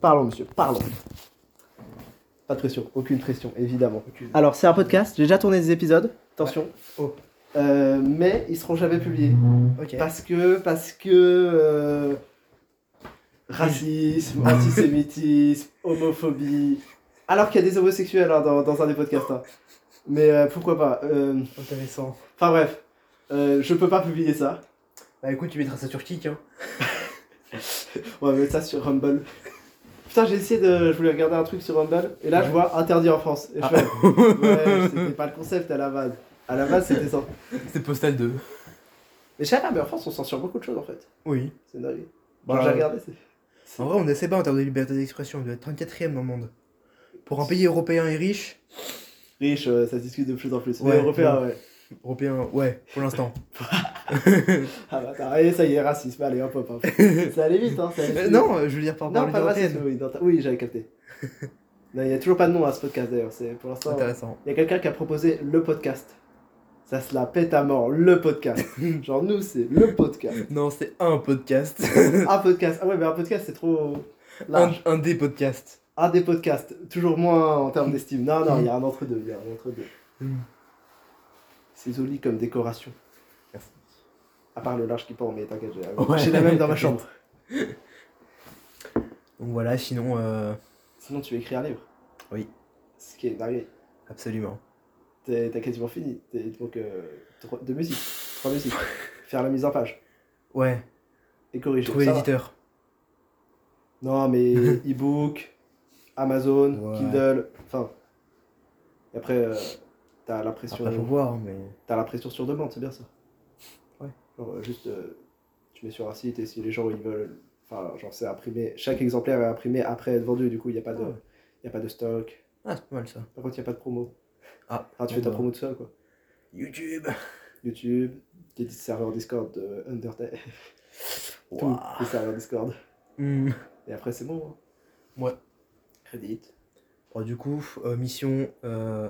Parlons, monsieur, parlons. Pas de pression, aucune pression, évidemment. Alors, c'est un podcast, j'ai déjà tourné des épisodes, attention. Oh. Euh, mais ils seront jamais publiés. Ok. Parce que, parce que. euh, racisme, antisémitisme, homophobie. Alors qu'il y a des homosexuels hein, dans, dans un des podcasts. hein. Mais euh, pourquoi pas. euh, Intéressant. Enfin bref, euh, je peux pas publier ça. Bah écoute, tu mettras ça sur Kik, hein. On va mettre ça sur Rumble. Putain, j'ai essayé de. Je voulais regarder un truc sur Rumble, et là je vois interdit en France. Et je fais, ouais, c'était pas le concept à la base. À la base, c'était ça. C'est Postal 2. Mais je sais pas, mais en France, on censure beaucoup de choses en fait. Oui. C'est dingue. Bah, Genre, j'ai regardé. c'est- En vrai, on est assez bas en termes de liberté d'expression. On doit être 34 e dans le monde. Pour un pays européen et riche, Riche, euh, ça se discute de plus en plus. Ouais, mais européen, ouais. européen, ouais, pour l'instant. Ah bah, t'as- allez, ça y est, racisme, allez, hop hop hop. ça allait vite, hein. Ça allait Euh, vite. non, euh, je veux dire par non, rapport pas à de l'Union racisme, européenne. oui, dans ta- oui j'avais capté. Non, Il y a toujours pas de nom à ce podcast d'ailleurs, c'est pour l'instant. Intéressant. Il y a quelqu'un qui a proposé le podcast. Ça se la pète à mort, le podcast. Genre nous, c'est le podcast. Non, c'est un podcast. Un podcast. Ah ouais, mais un podcast, c'est trop un, large. un des podcasts. Un Ah, des podcasts, toujours moins en termes d'estime. Non, non, il y a un entre-deux. Il y a un entre-deux. Mm. C'est joli comme décoration. Merci. À part le large qui pend, mais t'inquiète, j'ai Ouais. j'ai la même dans ma chambre. Donc voilà, sinon, euh, Sinon, tu veux écrire un livre. Oui. Ce qui est dingue. absolument. T'es- T'as quasiment fini. T'es- Il te manque euh, trois- deux musiques. Trois musiques. Faire la mise en page. Ouais, Et corriger. trouver Ça va. l'éditeur. Non, mais e-book, Amazon, Ouais. Kindle, enfin. Et après, euh, t'as la pression, Après, faut Ah, voir, mais. t'as la pression sur demande, c'est bien ça. Ouais. Genre, euh, juste, euh, tu mets sur un site et si les gens ils veulent, enfin, genre c'est imprimé, chaque exemplaire est imprimé après être vendu, du coup il n'y a pas de, Ah Ouais. y a pas de stock. Ah, c'est pas mal ça. Par contre, il n'y a pas de promo. Ah, Enfin, tu fais ta bah, promo tout seul, quoi. YouTube. YouTube, des serveurs Discord de Undertale, tout, Waouh. les serveurs Discord. Hmm. Et après, c'est bon. hein. Ouais. Reddit. Bon, du coup, euh, mission euh,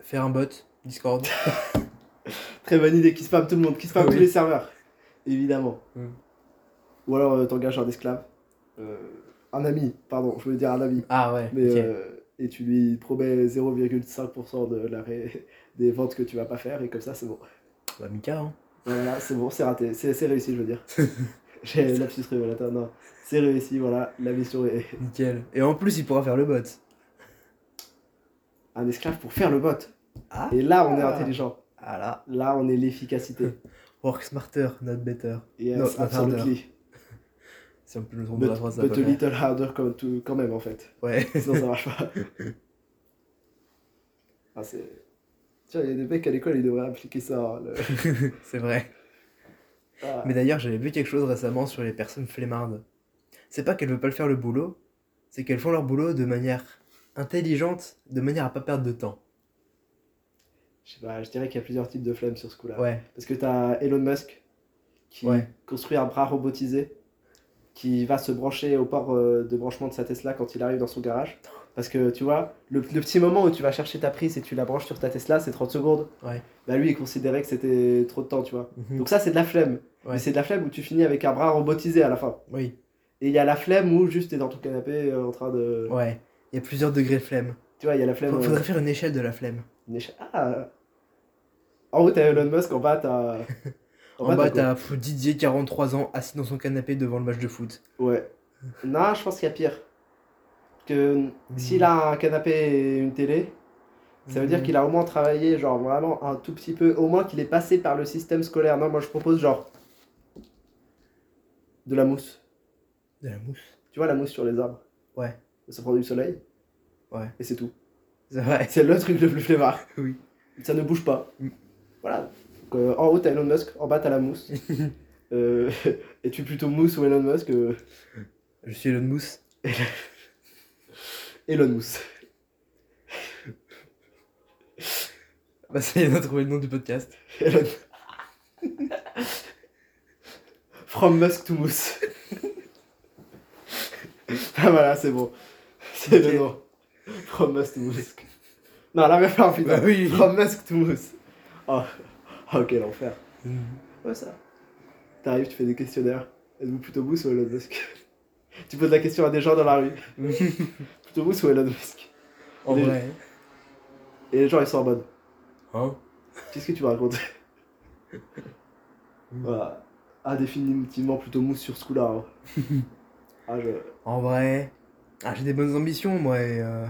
faire un bot Discord. Très bonne idée, qui spam tout le monde, qui spam Oui. tous les serveurs, évidemment. Mm. Ou alors euh, t'engages un esclave, euh, un ami, pardon, je voulais dire un ami, Ah ouais. mais ok. euh, et tu lui promets 0,5% de la ré- des ventes que tu vas pas faire et comme ça c'est bon. Bah, Mika, hein. Voilà, c'est bon, c'est raté, c'est c'est réussi, je veux dire. J'ai lapsus révélateur, non, c'est réussi, voilà, la mission est Nickel. Et en plus, il pourra faire le bot. un esclave pour faire le bot. Ah, Et là on est Ah. intelligent, ah là. là on est l'efficacité Work smarter, not better. et euh, Non, absolument absolutely, Si on peut le but, tromper dans la phrase, ça va but pas a faire. little harder quand- tout- quand même en fait. Ouais. Sinon, ça marche pas. Ah, c'est. Tiens, il y a des mecs à l'école, ils devraient appliquer ça. hein, le- c'est vrai. Ah, Mais d'ailleurs, j'avais vu quelque chose récemment sur les personnes flemmardes. C'est pas qu'elles veulent pas le faire le boulot, c'est qu'elles font leur boulot de manière intelligente, de manière à pas perdre de temps. Je sais pas, je dirais qu'il y a plusieurs types de flemmes sur ce coup-là. Ouais. Parce que t'as Elon Musk qui Ouais. construit un bras robotisé qui va se brancher au port euh, de branchement de sa Tesla quand il arrive dans son garage. Parce que tu vois, le, le petit moment où tu vas chercher ta prise et tu la branches sur ta Tesla, c'est 30 secondes. Ouais. Bah lui, il considérait que c'était trop de temps, tu vois. Mhm. Donc ça, c'est de la flemme. Ouais. Mais c'est de la flemme où tu finis avec un bras robotisé à la fin. Oui. Et il y a la flemme où juste t'es dans ton canapé euh, en train de. Ouais. Il y a plusieurs degrés de flemme. Tu vois, il y a la flemme. Faut- euh, Faudrait faire une échelle de la flemme. une éche- Ah En haut, t'as Elon Musk, en bas, t'as. En bas, quoi t'as fou Didier, 43 ans, assis dans son canapé devant le match de foot. Ouais. Non, je pense qu'il y a pire. Hmm. Que s'il a un canapé et une télé, ça veut Hmm. Mhm. dire qu'il a au moins travaillé, genre vraiment un tout petit peu, au moins qu'il est passé par le système scolaire. Non, moi je propose genre. de la mousse. De la mousse. Tu vois la mousse sur les arbres Ouais. Ça prend du soleil. Ouais. Et c'est tout. C'est vrai. C'est le truc le plus flemmard. Oui. ça ne bouge pas. Mm. Voilà. Donc, euh, en haut, t'as Elon Musk, en bas, t'as la mousse. Euh, Es-tu plutôt mousse ou Elon Musk euh, Je suis Elon Mousse. Elon Mousse. Bah, ça y est, on a trouvé le nom du podcast. Elon. From Musk to Mousse. ah voilà, c'est bon. C'est Ok. le nom. From Musk to Musk. Non, la même pas, putain. Bah oui. From Musk to Mousse. Oh, oh quel enfer. Mm. Ouais, ça. T'arrives, tu fais des questionnaires. Êtes-vous plutôt mousse ou Elon Musk Tu poses la question à des gens dans la rue. Plutôt Bruce ou Elon Musk En Les- vrai. Et les gens, ils sont en mode Hein Qu'est-ce que tu vas raconter Voilà. Ah, définitivement plutôt mousse sur ce coup-là. hein. ah, je... En vrai. Ah, j'ai des bonnes ambitions, moi, et. Euh...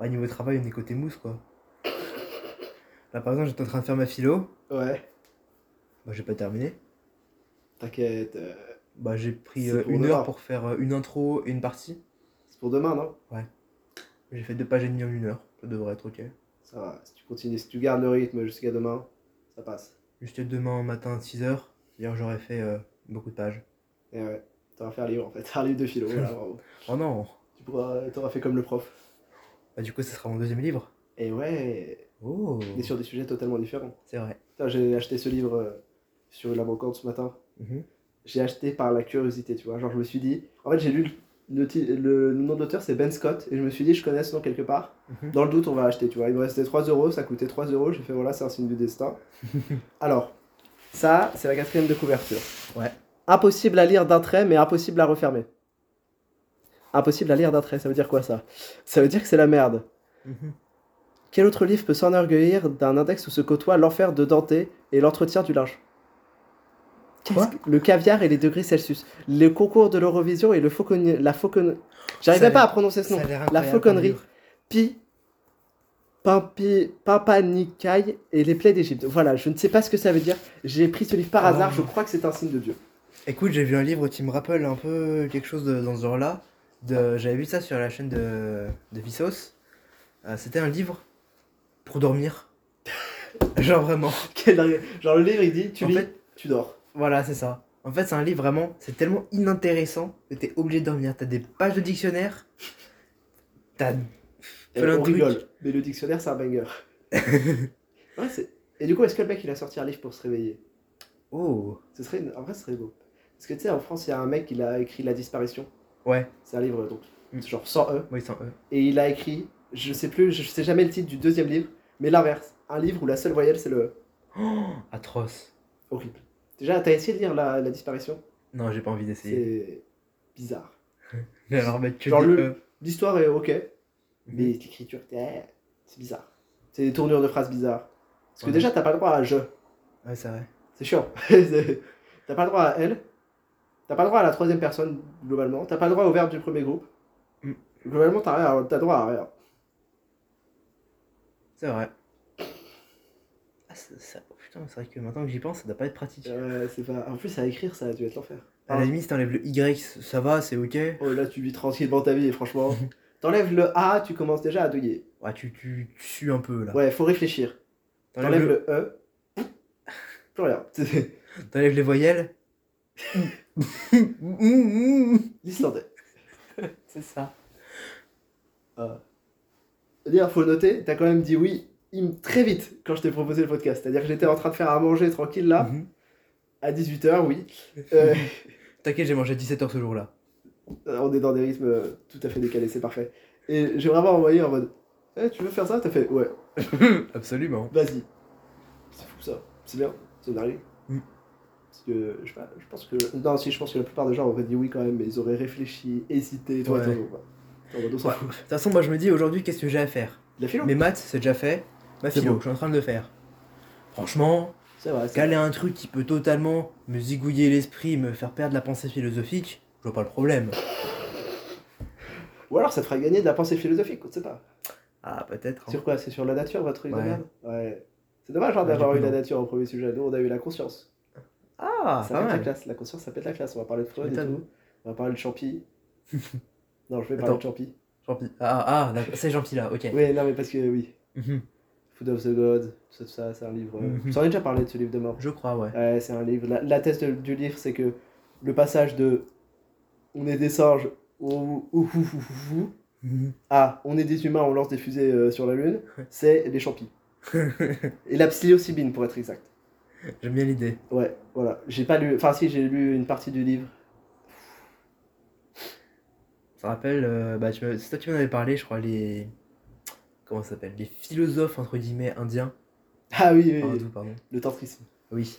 Ouais, niveau travail, on est côté mousse, quoi. Là, par exemple, j'étais en train de faire ma philo. Ouais, Bah, j'ai pas terminé. t'inquiète. euh, Bah, j'ai pris C'est euh, pour une demain. heure pour faire euh, une intro et une partie. C'est pour demain, non J'ai fait deux pages et demie en une heure. Ça devrait être ok. Ça va. Si tu continues, si tu gardes le rythme jusqu'à demain, ça passe. Juste demain matin, 6h. D'ailleurs, j'aurais fait euh, beaucoup de pages. Et ouais, t'auras fait un livre en fait. Un livre de philo, voilà, bravo. Oh non Tu pourras... T'auras fait comme le prof. Bah, du coup, ça sera mon deuxième livre. Et ouais, Oh on est sur des sujets totalement différents. C'est vrai. Putain, J'ai acheté ce livre euh, sur la brocante ce matin. Mhm. j'ai acheté par la curiosité, tu vois. Genre, je me suis dit, en fait, j'ai lu le, le ti- le nom d'auteur, c'est Ben Scott, et je me suis dit, je connais ce nom quelque part. Mhm. Dans le doute, on va acheter, tu vois. Il me restait 3 euros, ça coûtait 3 euros, j'ai fait, voilà, c'est un signe du destin. Alors, ça, c'est la quatrième de couverture. Ouais. Impossible à lire d'un trait, mais impossible à refermer. Impossible à lire d'un trait, ça veut dire quoi ça Ça veut dire que c'est la merde. Mhm. Quel autre livre peut s'enorgueillir d'un index où se côtoient l'enfer de Dante et l'entretien du linge Qu'est-ce Quoi que- Le caviar et les degrés Celsius, le concours de l'Eurovision et le faucon... la faucon... J'arrivais Ça pas a- à prononcer ce nom. Ça a l'air La incroyable comme fauconnerie. livre. Pi... Pimpi... Pimpanicaille et les plaies d'Égypte. Voilà, je ne sais pas ce que ça veut dire. J'ai pris ce livre par Oh. hasard, je crois que c'est un signe de Dieu. Écoute, j'ai vu un livre qui me rappelle un peu quelque chose de- dans ce genre-là. De... J'avais vu ça sur la chaîne de, de Vsauce. Euh, C'était un livre pour dormir. Genre vraiment. Quel dingue. Genre le livre, il dit, tu En lis, fait- tu dors. Voilà, c'est ça. En fait, c'est un livre vraiment, c'est tellement inintéressant que t'es obligé de dormir. T'as des pages de dictionnaire. T'as. Et plein on de trucs. rigole, mais le dictionnaire, c'est un banger. Ouais, c'est- et du coup, est-ce que le mec, il a sorti un livre pour se réveiller Oh. Ce serait une- En vrai, ce serait beau. Parce que tu sais, en France, il y a un mec, il a écrit La disparition. Ouais. C'est un livre, donc, Mm. genre sans E. Oui, sans eux. Et il a écrit, je sais plus, je sais jamais le titre du deuxième livre, mais l'inverse. Un livre où la seule voyelle, c'est le E. Oh, atroce. Horrible. Déjà, t'as essayé de lire La, La disparition Non, j'ai pas envie d'essayer. C'est bizarre. Mais Alors, mec, tu Genre dis euh, le- eux. L'histoire est ok, Mm-hmm. mais l'écriture, t'es- c'est bizarre. C'est des tournures de phrases bizarres. Parce que Ouais. déjà, t'as pas le droit à je. Ouais, c'est vrai. C'est chiant. C'est- t'as pas le droit à elle. T'as pas le droit à la troisième personne, globalement. T'as pas le droit au verbe du premier groupe. Mm. Globalement, t'as rien. T'as droit à rien. C'est vrai. Ah, ça, ça- oh, putain, c'est vrai que maintenant que j'y pense, ça doit pas être pratique. Euh, c'est pas... En plus, à écrire, ça a dû être l'enfer. À la limite, si t'enlèves le Y, ça va, c'est ok. Oh, là, tu vis tranquillement ta vie, franchement. T'enlèves le A, tu commences déjà à douiller. Ouais, tu, tu, tu sues un peu là. Ouais, faut réfléchir. T'enlèves Ah. T'enlèves le E. Plus rien. le- t'enlèves les voyelles. Mhm. L'islandais. c'est ça. Ah. D'ailleurs, faut noter, t'as quand même dit oui im- très vite quand je t'ai proposé le podcast. C'est-à-dire que j'étais en train de faire à manger tranquille là, Mhm. à 18h, oui. Euh, T'inquiète, j'ai mangé 17h ce jour-là. Euh, On est dans des rythmes euh, tout à fait décalés, c'est parfait. Et j'ai vraiment envoyé en mode Eh, tu veux faire ça T'as fait Ouais, Absolument. vas-y. C'est fou ça, c'est bien, c'est une dinguerie. Mm. Parce que je, sais pas, je pense que. Non, si, je pense que la plupart des gens auraient dit oui quand même, mais ils auraient réfléchi, hésité, toi, Ouais. toi, toi, toi. Attends, bah, on s'en Ouais. fout. De toute façon, moi je me dis aujourd'hui, qu'est-ce que j'ai à faire La philo Mes maths, c'est déjà fait. Ma C'est philo, bon. je suis en train de le faire. Franchement, C'est vrai, c'est caler un truc qui peut totalement me zigouiller l'esprit, me faire perdre la pensée philosophique, je vois pas le problème. Ou alors ça te fera gagner de la pensée philosophique, on sait pas. Ah, peut-être. hein. Sur quoi C'est sur la nature, votre truc de Ouais. merde Ouais. C'est dommage hein, Ouais, d'avoir du eu coup, la non. nature au premier sujet. Nous, on a eu la conscience. Ah, ça pas pète la mal. classe. La conscience, ça pète la classe. On va parler de Freud et M'étonne. tout. On va parler de Champy. non, je vais parler de Champy. Jean-Pi. Ah, ah, d'accord, c'est Jean-Pi là, ok. Oui, non, mais parce que oui. Mhm. Food of the God, tout ça, tout ça c'est un livre. euh, Mhm. J'en ai déjà parlé de ce livre de mort. Je crois, ouais. Ouais, c'est un livre. La, la thèse de- du livre, c'est que le passage de on est des singes ou ou- ou- ou- ou- ou- Mhm. à on est des humains, on lance des fusées euh, sur la lune, c'est les champis. et la psilocybine, pour être exact. J'aime bien l'idée. Ouais, voilà. J'ai pas lu. Enfin, si, j'ai lu une partie du livre. Ça rappelle, euh, bah, tu m'as- c'est toi qui m'en avais parlé, je crois, les. Comment ça s'appelle Les philosophes, entre guillemets, indiens. Ah oui, oui, Enfin, oui. hindous, pardon. le tantrisme. Oui.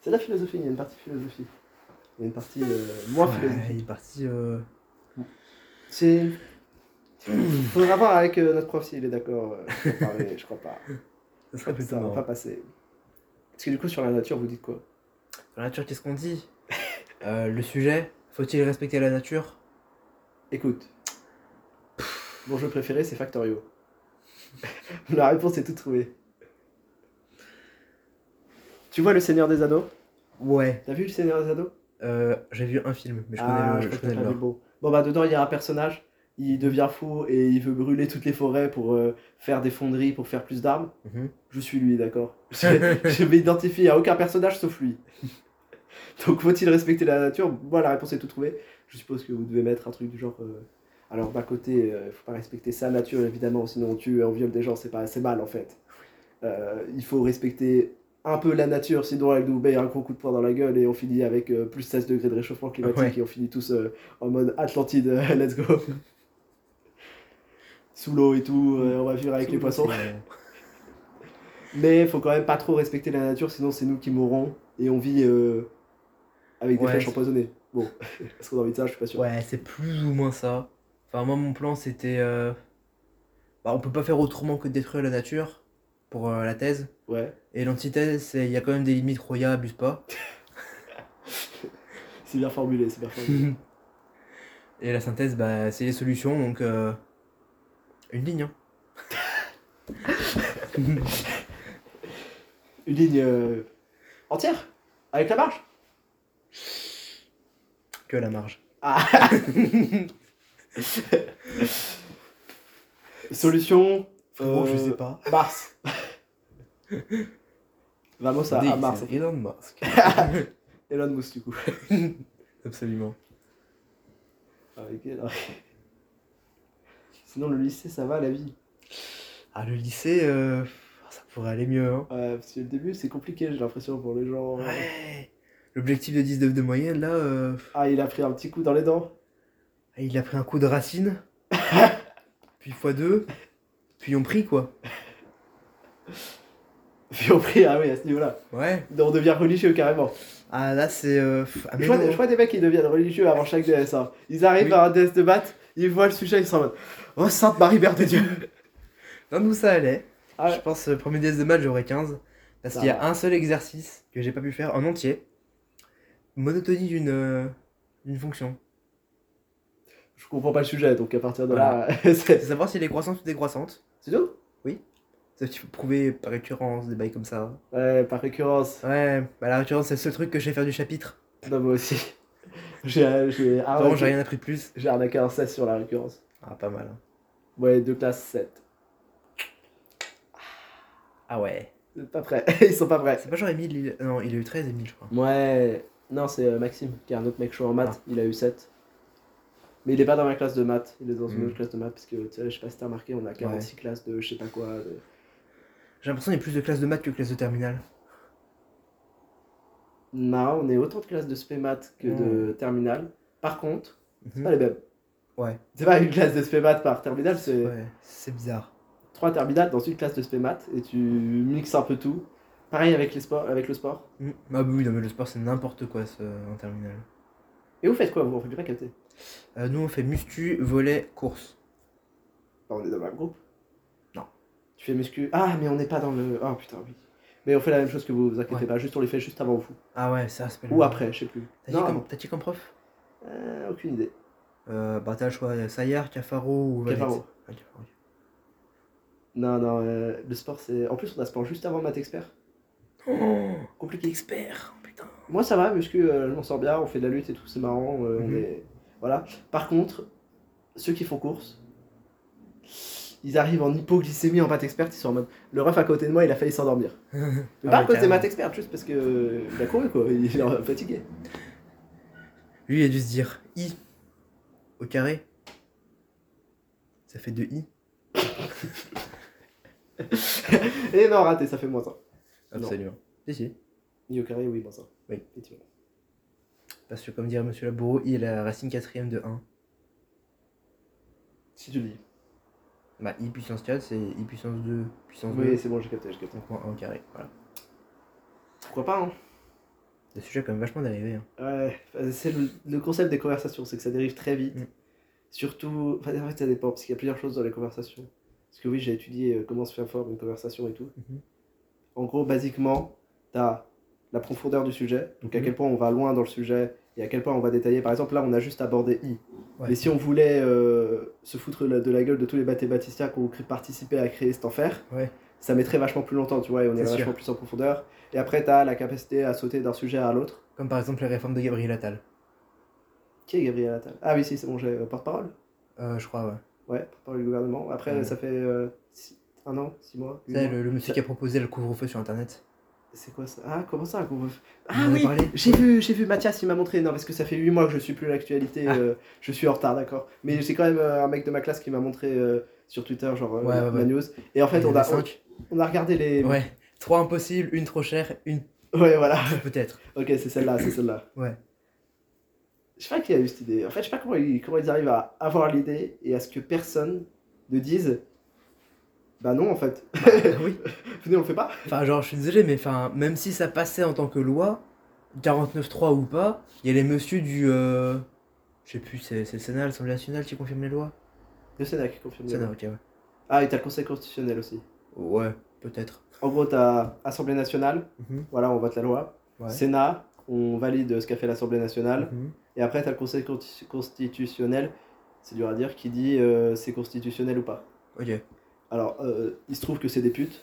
C'est de la philosophie, il y a une partie philosophie. Il y a une partie euh, moins philosophique. Ouais, il est parti. euh, C'est. Faudra voir avec euh, notre prof s'il est d'accord euh, pour parler, je crois pas. Ça serait plutôt Ça va marrant. pas passer. Parce que du coup, sur la nature, vous dites quoi Sur la nature, qu'est-ce qu'on dit Euh, Le sujet, faut-il respecter la nature Écoute. Mon jeu préféré, c'est Factorio. la réponse est toute trouvée. Tu vois le Seigneur des Anneaux Ouais. T'as vu le Seigneur des Anneaux Euh, J'ai vu un film, mais je connais Ah, le, je je connais crois que t'as le pas vu lore. bon. Bon, bah, dedans, il y a un personnage, il devient fou et il veut brûler toutes les forêts pour euh, faire des fonderies, pour faire plus d'armes. Mhm. Je suis lui, d'accord Je, je m'identifie à aucun personnage sauf lui. Donc, faut-il respecter la nature Moi, la réponse est tout trouvée. Je suppose que vous devez mettre un truc du genre. euh, alors, d'un côté, euh, faut pas respecter sa nature, évidemment, sinon on tue et on viole des gens, c'est pas c'est mal en fait. Euh, il faut respecter un peu la nature, sinon elle nous met un gros coup de poing dans la gueule et on finit avec euh, plus 16 degrés de réchauffement climatique Ouais. et on finit tous euh, en mode Atlantide, euh, let's go. Sous l'eau et tout, euh, on va vivre avec les poissons. Mais faut quand même pas trop respecter la nature, sinon c'est nous qui mourrons et on vit euh, avec des Ouais, flèches c'est- empoisonnées. Bon, est-ce qu'on a envie de ça Je suis pas sûr. Ouais, c'est plus ou moins ça. Enfin, moi, mon plan, c'était. euh, Bah, on peut pas faire autrement que de détruire la nature pour euh, la thèse. Ouais. Et l'antithèse, c'est il y a quand même des limites, Roya, abuse pas. C'est bien formulé, c'est bien formulé. Et la synthèse, bah, c'est les solutions, donc. euh, Une ligne, hein. Une ligne euh, entière Avec la marge que à la marge. Ah. Solution Frérot, Euh, je sais pas. Mars. Vamos à, à Dick, Mars. c'est Elon Musk. Elon Musk, du coup. Absolument. Ah, ok, non. Sinon, le lycée, ça va, la vie. Ah, le lycée, euh, ça pourrait aller mieux, hein. Ouais, parce que le début, c'est compliqué, j'ai l'impression, pour les gens. Ouais. L'objectif de 19 de moyenne, là, euh, Ah, il a pris un petit coup dans les dents. ah, il a pris un coup de racine. puis x2. Puis on prie, quoi. Puis on prie, ah oui, à ce niveau-là. Ouais. On devient religieux, carrément. Ah, là, c'est. euh, pff, ah, mais Je vois, non. je vois des mecs qui deviennent religieux avant chaque DS. hein. Ils arrivent Oui. à un DS de maths, ils voient le sujet, ils sont en mode Oh, Sainte Marie, Mère de Dieu Non, nous, ça allait. Ah Je pense, euh, premier DS de maths, j'aurais 15. Parce Ça qu'il y a va. un seul exercice que j'ai pas pu faire en entier. Monotonie d'une euh, d'une fonction. Je comprends pas le sujet, donc à partir de là, c'est C'est savoir si elle est croissante ou décroissante. c'est tout Ça, tu peux prouver par récurrence, des bails comme ça. Ouais, par récurrence. Ouais, bah la récurrence, c'est le seul truc que je sais faire du chapitre. Non, moi aussi. J'ai euh, j'ai Vraiment, arnaqué, j'ai rien appris de plus. j'ai arnaqué un 16 sur la récurrence. Ah, pas mal. hein. Ouais, deux classes 7. Ah ouais. Pas prêts, ils sont pas prêts. C'est pas genre Emile, il... non, il a eu 13, Emile, je crois. Ouais, non, c'est euh, Maxime, qui est un autre mec chaud en maths, il a eu 7. Mais il est pas dans ma classe de maths, il est dans une Mm. autre classe de maths, parce que tu sais, je sais pas si t'as remarqué, on a 46 classes de je sais pas quoi. de- J'ai l'impression qu'il y a plus de classes de maths que de classes de terminale. Non, on est autant de classes de spé maths que Hmm. de terminale. Par contre, Mhm. c'est pas les mêmes. Ouais. C'est pas une classe de spé maths par terminale, c'est Ouais, c'est bizarre. trois terminales dans une classe de spé maths et tu mixes un peu tout. Pareil avec, les sports, avec le sport. Mhm. Ah, bah oui, non, mais le sport, c'est n'importe quoi ce... en terminale. Et vous faites quoi Vous récupérez capté Euh, nous, on fait mustu, volet, course. On est dans le même groupe Non. Tu fais muscu Ah, mais on n'est pas dans le. Ah putain, oui. Mais on fait la même chose que vous, vous inquiétez Ouais. pas, juste on les fait juste avant vous. Ah ouais, ça, c'est pas le Ou même. après, je sais plus. T'as dit, Non, comme... t'as dit comme prof euh, aucune idée. euh, Bah, t'as le choix, Sayar, Cafaro ou Valette. Cafaro. Ah, Cafaro. Non, non, euh, le sport c'est. En plus, on a sport juste avant maths expert. Oh, Compliqué. expert, putain. Moi ça va, muscu, euh, je m'en sors bien, on fait de la lutte et tout, c'est marrant. euh, on Mhm. est... Voilà. Par contre, ceux qui font course, ils arrivent en hypoglycémie en maths expert, ils sont en mode. Le ref à côté de moi, il a failli s'endormir. Mais Ah pas à cause ouais, des carrément. maths expert, juste parce que euh, il a couru quoi, il est genre fatigué. Lui, il a dû se dire I au carré. Ça fait 2 I. Et non, raté, ça fait moins ça. Absolument. Si, si. I au carré, oui, moins ça. Oui. effectivement. Parce que, comme dirait monsieur Laboureau, I est la racine quatrième de 1. Si tu le dis. Bah, I puissance 4, c'est I puissance 2, puissance Oui, 2, c'est bon, j'ai capté, j'ai capté. 5.1 au carré. Voilà. Pourquoi pas, hein Le sujet a quand même vachement dérivé. hein. Ouais, euh, c'est le, le concept des conversations, c'est que ça dérive très vite. Mm. Surtout, enfin, en fait, ça dépend, parce qu'il y a plusieurs choses dans les conversations. Parce que oui, j'ai étudié euh, comment se faire forme une conversation et tout. Mhm. En gros, basiquement, t'as la profondeur du sujet, donc à Mhm. quel point on va loin dans le sujet et à quel point on va détailler. Par exemple, là, on a juste abordé I. Ouais. Mais si on voulait euh, se foutre la- de la gueule de tous les mathématiciens qui ont cru participer à créer cet enfer, Ouais. ça mettrait vachement plus longtemps, tu vois, et on C'est est sûr. vachement plus en profondeur. Et après, t'as la capacité à sauter d'un sujet à l'autre. Comme par exemple les réformes de Gabriel Attal. Qui est Gabriel Attal Ah oui, si, c'est bon, j'ai euh, porte-parole. Euh, je crois, ouais. Ouais, porte-parole du gouvernement. Après, Ouais. ça fait euh, six- un an, six mois. huit C'est mois. le, le monsieur qui a proposé le couvre-feu sur internet. C'est quoi ça Ah, comment ça qu'on veut- On Ah en a oui parlé. J'ai vu, j'ai vu, Mathias, il m'a montré. Non, parce que ça fait huit mois que je suis plus l'actualité. Ah. euh, je suis en retard, d'accord. Mais c'est quand même euh, un mec de ma classe qui m'a montré euh, sur Twitter, genre, euh, Ouais, ouais, la ouais. news. Et en fait, Il y en on a, cinq. on a regardé les. Ouais, Ouais. Trois impossibles, une trop chère, une voilà. peut-être. ok, c'est celle-là, c'est celle-là. Ouais. Je sais pas qui a eu cette idée. En fait, je sais pas comment ils, comment ils arrivent à avoir l'idée et à ce que personne ne dise. Bah non, en fait. Ah, oui. Venez, on le fait pas. Enfin, genre, je suis désolé, mais enfin, même si ça passait en tant que loi, 49.3 ou pas, il y a les messieurs du. euh, Je sais plus, c'est c'est le Sénat, l'Assemblée nationale qui confirme les lois Le Sénat qui confirme. Sénat, ok, ouais. Ah, et t'as le Conseil constitutionnel aussi. Ouais, peut-être. En gros, t'as Assemblée nationale, Mhm. voilà, on vote la loi. Ouais. Sénat, on valide ce qu'a fait l'Assemblée nationale. Mhm. Et après, t'as le Conseil conti- constitutionnel, c'est dur à dire, qui dit euh, c'est constitutionnel ou pas. Ok. Alors, euh, il se trouve que c'est des putes.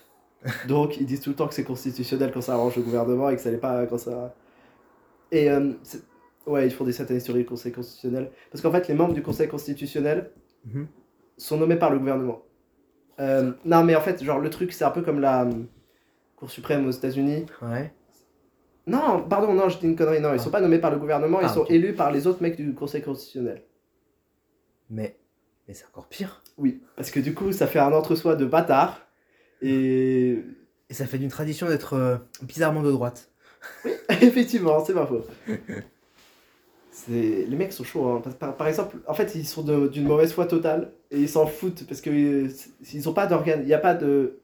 Donc, ils disent tout le temps que c'est constitutionnel quand ça arrange le gouvernement et que ça l'est pas quand ça. Et euh, c'est- ouais, ils font des satanistes sur le Conseil constitutionnel. Parce qu'en fait, les membres du Conseil constitutionnel Mhm. sont nommés par le gouvernement. Euh, non, mais en fait, genre, le truc, c'est un peu comme la euh, Cour suprême aux États-Unis. Ouais. Non, pardon, non, je dis une connerie. Non, ils Ah. sont pas nommés par le gouvernement, ils Ah, sont ok. élus par les autres mecs du Conseil constitutionnel. Mais. Mais c'est encore pire. Oui, parce que du coup, ça fait un entre-soi de bâtards. Et Et ça fait d'une tradition d'être euh, bizarrement de droite. Effectivement, c'est pas faux. C'est- Les mecs sont chauds. hein. Par- Par, par exemple, en fait, ils sont de- d'une mauvaise foi totale et ils s'en foutent parce que euh, s- ils ont pas d'organe. Il n'y a pas de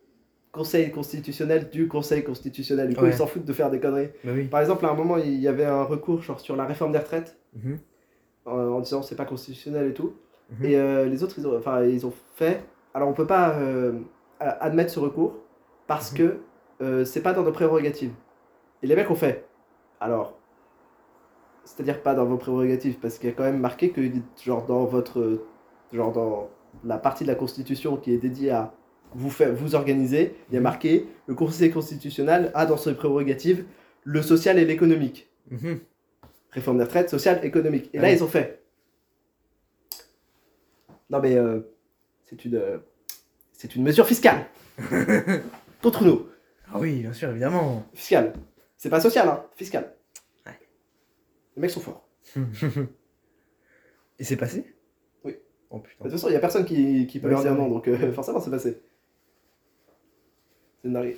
conseil constitutionnel du conseil constitutionnel. Du coup, Ouais. ils s'en foutent de faire des conneries. Bah oui. Par exemple, à un moment, il y avait un recours genre, sur la réforme des retraites Mhm. en, euh, en disant c'est pas constitutionnel et tout. Mhm. Et euh, les autres, ils ont, enfin, ils ont fait. Alors, on peut pas euh, a- admettre ce recours parce Mhm. que euh, c'est pas dans nos prérogatives. Et les mecs ont fait. Alors, c'est-à-dire pas dans vos prérogatives parce qu'il y a quand même marqué que genre dans votre euh, genre dans la partie de la Constitution qui est dédiée à vous faire vous organiser, il y a Mhm. marqué le Conseil constitutionnel a dans ses prérogatives le social et l'économique Mhm. réforme des retraites, sociale, économique. Et Ah là, oui. ils ont fait. Non, mais euh, c'est une, euh, c'est une mesure fiscale contre nous. Ah oui, bien sûr, évidemment. Fiscale. C'est pas social, hein. Fiscale. Ouais. Les mecs sont forts. Et c'est passé Oui. Oh De toute putain. façon, il n'y a personne qui, qui peut Oui, leur c'est dire vrai. non, donc euh, forcément, c'est passé. Scénario.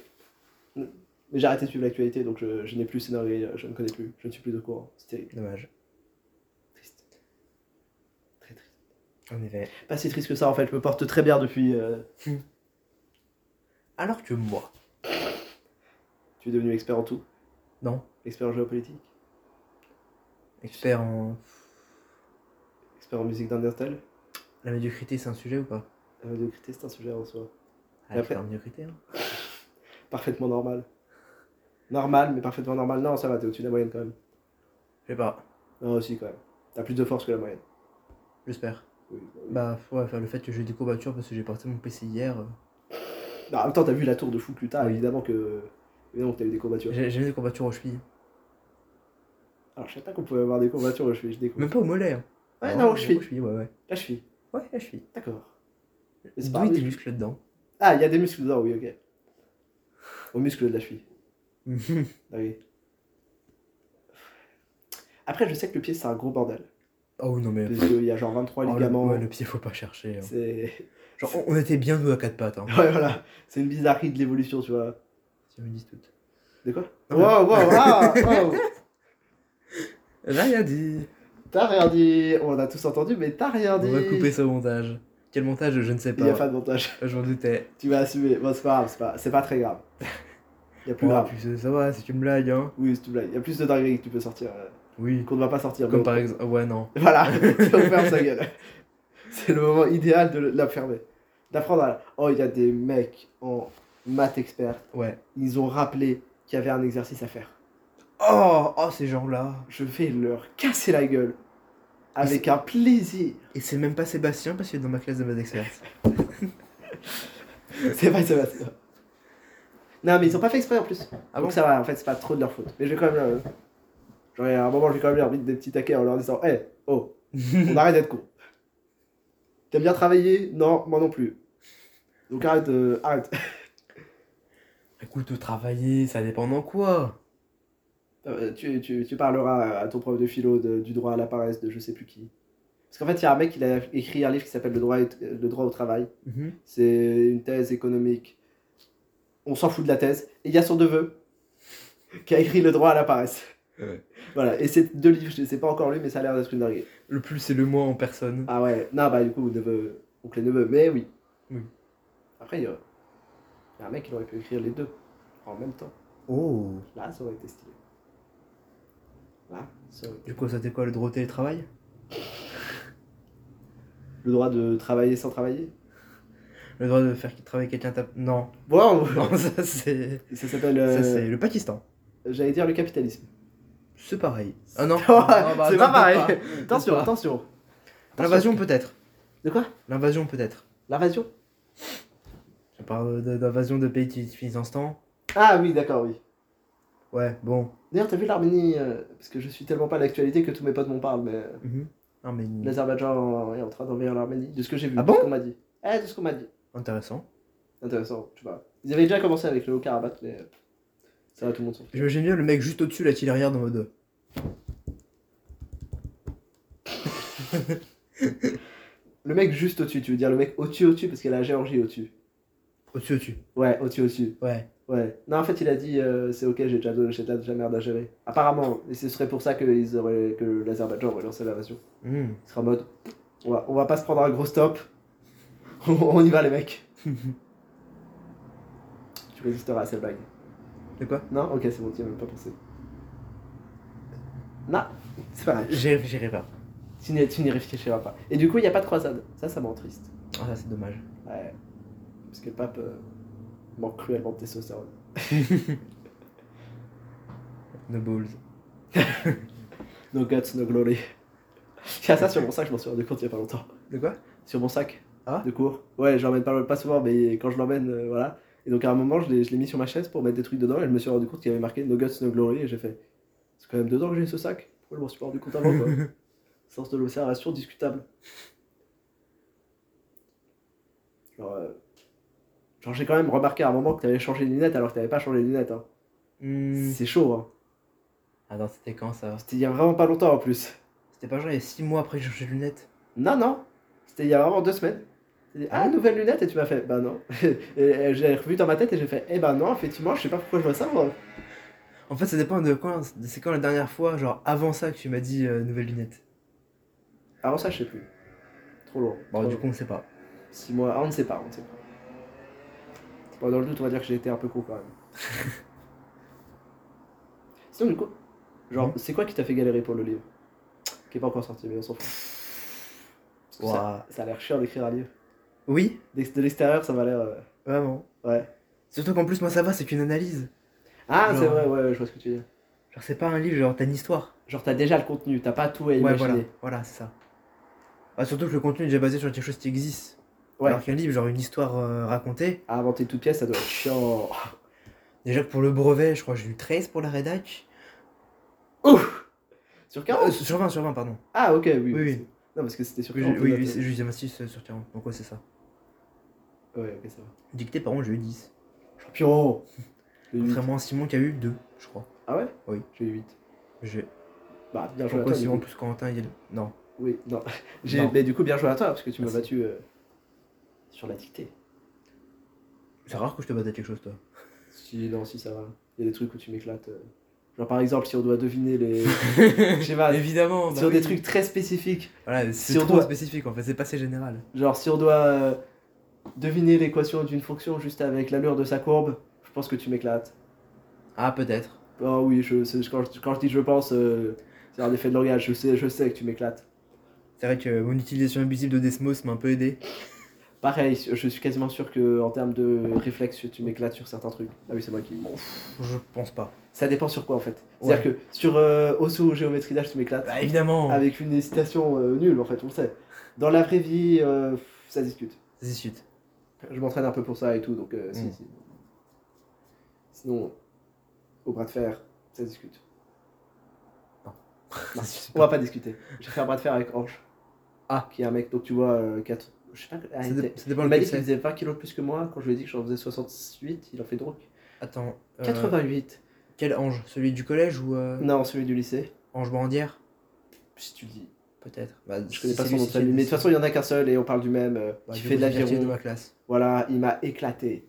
Mais j'ai arrêté de suivre l'actualité, donc je, je n'ai plus scénario, je ne connais plus, je ne suis plus de courant. C'est terrible. Dommage. Triste. Très triste. En effet. Pas si triste que ça, en fait, je me porte très bien depuis. euh, Alors que moi. tu es devenu expert en tout. Non. Expert en géopolitique, Expert en. expert en musique d'Undertale. La médiocrité, c'est un sujet ou pas La médiocrité, c'est un sujet en soi. Ah, Et après- expert en médiocrité, hein. Parfaitement normal. Normal, mais parfaitement normal. Non, ça va, t'es au-dessus de la moyenne quand même. Je sais pas. Non, aussi quand même. T'as plus de force que la moyenne. J'espère. Oui. Bah, ouais, enfin, le fait que j'ai eu des courbatures parce que j'ai porté mon PC hier. euh, Non, en même temps, t'as vu la tour de fou que t'as, Oui. évidemment que. Évidemment que t'as eu des courbatures. J'ai j'ai eu des courbatures aux chevilles. Alors, je sais pas qu'on pouvait avoir des courbatures aux chevilles, je découvre. Même pas aux mollets. Hein. Ouais, Alors, non, aux chevilles. ouais, ouais. La cheville, Ouais, la cheville. d'accord. Mais c'est D'où pas il y a des grave. muscles dedans. Ah, il y a des muscles dedans, oui, ok. Au muscle de la cheville. Mhm. Ah oui. Après, je sais que le pied, c'est un gros bordel. oh non, mais. Parce qu'il y a genre 23 Oh, le, ligaments. ouais, le pied, faut pas chercher. hein. C'est. Genre, on, on était bien nous à quatre pattes. Hein. Ouais, voilà. C'est une bizarrerie de l'évolution, tu vois. Si on me dit tout. De quoi Non, Wow, wow, ah, wow. J'ai rien dit. T'as rien dit. On a tous entendu, mais t'as rien dit. On va couper ça au montage. Quel montage, je ne sais Il pas. n'y a pas de montage. Je m'en doutais. Tu vas assumer. Bon, c'est pas grave, c'est pas, c'est pas très grave. Il y a plus Ouais, grave. Oh, puis ça- ça va, c'est une blague, hein. Oui, c'est une blague. Il y a plus de dingueries que tu peux sortir. euh, Oui. qu'on ne va pas sortir. Comme mais- par exemple. Ouais, non. Voilà, c'est offert sa gueule. C'est le moment idéal de le- la fermer. D'apprendre à. Oh, il y a des mecs en maths expert. Ouais. Ils ont rappelé qu'il y avait un exercice à faire. Oh, oh, ces gens-là. Je vais leur casser la gueule. Ah, Avec un plaisir. Et c'est même pas Sébastien parce qu'il est dans ma classe de maths experte. C'est pas Sébastien. Non, mais ils ont pas fait exprès en plus. Ah Donc bon ça va, en fait, c'est pas trop de leur faute. Mais je vais quand même. euh, Genre, à un moment, je vais quand même leur mettre des petits taquets en leur disant Hé, oh, on arrête d'être con. T'aimes bien travailler Non, moi non plus. Donc arrête, euh, arrête. Écoute, travailler, ça dépend en quoi. Euh, tu, tu, tu parleras à ton prof de philo de- du droit à la paresse de je sais plus qui. Parce qu'en fait, il y a un mec qui a écrit un livre qui s'appelle le droit, et- euh, le droit au travail. Mhm. C'est une thèse économique. On s'en fout de la thèse. Et il y a son neveu qui a écrit le droit à la paresse. Ouais. Voilà, et c'est deux livres, je ne sais pas encore lu, mais ça a l'air d'être une dinguerie. Le plus, c'est le moins en personne. Ah ouais, non, bah du coup, neveu, oncle et neveu, mais oui. Oui. Après, il y, a... il y a un mec qui aurait pu écrire les deux en même temps. Oh. Là, ça aurait été stylé. Là, ça aurait été. Du coup, ça c'était quoi le droit au télétravail Le droit de travailler sans travailler Le droit de faire travailler quelqu'un tape. Non. Wow Non, ça c'est. Ça s'appelle. Ça euh, c'est le Pakistan. J'allais dire le capitalisme. C'est pareil. Ah non. Ah, bah, c'est non, pas pareil pas. Attention, pas. attention L'invasion peut-être. De quoi L'invasion peut-être. L'invasion Je parle de- d'invasion de pays qui utilisent en ce temps. Ah oui, d'accord, oui. Ouais, bon. D'ailleurs, t'as vu l'Arménie euh, Parce que je suis tellement pas à l'actualité que tous mes potes m'en parlent, mais. euh, Mhm. Non mais. L'Azerbaïdjan est en train d'envahir l'Arménie, de ce que j'ai vu, Ah de bon ce qu'on m'a dit. Eh, de ce qu'on m'a dit. Intéressant. Intéressant, tu vois. Ils avaient déjà commencé avec le Haut-Karabakh, mais. euh, Ça va, tout le monde s'en fout. J'imagine bien le mec juste au-dessus, la l'arrière dans mode. euh, Le mec juste au-dessus, tu veux dire le mec au-dessus, au-dessus, parce qu'il y a la Géorgie au-dessus. Au-dessus, au-dessus. Ouais, au-dessus, au-dessus. Ouais. Ouais. Non, en fait, il a dit euh, c'est ok, j'ai déjà, j'ai déjà merde à gérer. Apparemment, et ce serait pour ça que, ils auraient, que l'Azerbaïdjan aurait lancé l'invasion. Mhm. Il sera en mode on va, on va pas se prendre un gros stop. on, on y va, les mecs. tu résisteras à cette blague. De quoi Non Ok, c'est bon, tu n'y as même pas pensé. Non, c'est pas grave. J'y j'irai pas. Tu n'y tu n'y réfléchiras pas. Et du coup, il n'y a pas de croisade. Ça, ça me rend triste. Ah ça c'est dommage. Ouais. Parce que le pape euh, manque cruellement de testostérone. No balls. No guts, no glory. Il y a ça sur mon sac, je m'en suis rendu compte il n'y a pas longtemps. De quoi Sur mon sac Ah. de cours. Ouais, je l'emmène pas, pas souvent, mais quand je l'emmène, euh, voilà. Et donc à un moment, je l'ai je l'ai mis sur ma chaise pour mettre des trucs dedans et je me suis rendu compte qu'il y avait marqué No guts, no glory. Et j'ai fait C'est quand même dedans que j'ai ce sac. Pourquoi je m'en suis pas rendu compte avant quoi Sens de l'observation discutable. Genre, euh, genre j'ai quand même remarqué à un moment que t'avais changé de lunettes alors que t'avais pas changé de lunettes. Hein. Hmm. C'est chaud, hein. Attends, c'était quand ça C'était il y a vraiment pas longtemps en plus. C'était pas genre il y a 6 mois après que j'ai changé de lunettes Non, non. C'était il y a vraiment deux semaines. J'ai dit, ah, nouvelle lunette, et tu m'as fait, bah non. et et j'ai revu dans ma tête et j'ai fait, eh ben non, effectivement, je sais pas pourquoi je vois ça, moi. En fait, ça dépend de quand. C'est quand la dernière fois, genre avant ça, que tu m'as dit euh, nouvelles lunettes Avant ça, je sais plus. Trop long. Bon, du coup, on sait pas. Si moi, ah, on ne sait pas, on ne sait pas. Bon, dans le doute, on va dire que j'ai été un peu con quand même. Sinon, du coup, genre, Mhm. c'est quoi qui t'a fait galérer pour le livre Qui est pas encore sorti, mais on s'en fout. Parce que ça, Ouah. ça a l'air chiant d'écrire un livre. Oui, D'ex- De l'extérieur, ça m'a l'air. euh, vraiment. Ouais. Surtout qu'en plus, moi, ça va, c'est qu'une analyse. Ah, c'est Genre- vrai, ouais, ouais, je vois ce que tu veux dire. Genre, c'est pas un livre, genre, t'as une histoire. Genre, t'as déjà le contenu, t'as pas tout à Ouais, imaginer. voilà, voilà, c'est ça. Ah, surtout que le contenu est déjà basé sur quelque chose qui existe. Ouais. Alors qu'un livre, genre une histoire euh, racontée. À inventer toute pièce, ça doit être chiant. Déjà que pour le brevet, je crois que j'ai eu 13 pour la rédac. Sur Euh, 40 sur 20, sur 20, pardon. Ah, ok, oui. Oui, oui. Non, parce que c'était sur Oui, 40. j'ai- oui, notes. oui, c'est- j'ai eu 6 euh, sur 40. Donc, ouais, c'est ça. Ouais, ok, ça va. Dicté, par contre, j'ai eu 10. Champion J'ai eu huit. Contrairement à Simon qui a eu 2, je crois. Ah ouais Oui. J'ai eu 8. J'ai Bah, bien joué à Pourquoi toi. du Simon coup. plus Quentin il... Non. Oui, non. J'ai- Non. Mais du coup, bien joué à toi, parce que tu m'as Merci. battu euh, sur la dictée. C'est rare que je te batte à quelque chose, toi. Si, non, si, ça va. Il y a des trucs où tu m'éclates. euh. Genre, par exemple, si on doit deviner les. Je sais pas. Évidemment. bah Sur des oui. trucs très spécifiques. Voilà, c'est Si on trop doit- spécifique en fait, c'est pas assez général. Genre, si on doit euh, deviner l'équation d'une fonction juste avec l'allure de sa courbe, je pense que tu m'éclates. Ah, peut-être. Ah oui, je, c'est- quand, je, quand je dis je pense, euh, c'est un effet de langage. Je sais, je sais que tu m'éclates. C'est vrai que mon utilisation abusive de Desmos m'a un peu aidé. Pareil, je suis quasiment sûr que en termes de réflexe, tu m'éclates sur certains trucs. Ah oui, c'est moi qui. Je pense pas. Ça dépend sur quoi en fait. C'est-à-dire que sur euh, Osu ou géométrie d'âge, tu m'éclates. Bah, évidemment. Avec une hésitation euh, nulle en fait, on le sait. Dans la vraie vie, euh, ça discute. C'est suite. Je m'entraîne un peu pour ça et tout, donc euh, si, Mm. si. Sinon, au bras de fer, ça discute. Non, on va pas discuter. J'ai fait un bras de fer avec Ange. Ah. Qui est un mec, donc tu vois, 4. Je sais pas. ah, Ça il dé- était- ça dépend il m'a lequel dit qu'il c'est. faisait 20 kilos de plus que moi. Quand je lui ai dit que j'en faisais 68, il en fait donc. Attends. euh, 88. Quel ange Celui du collège ou euh, Non, celui du lycée. ange brandière Si tu le dis. Peut-être. Bah, Je si connais pas c'est son lui nom de qui famille. fait- Mais de toute façon, il y en a qu'un seul et on parle du même. euh, bah, qui du fait coup, de du quartier de l'aviron. ma classe. Voilà, il m'a éclaté.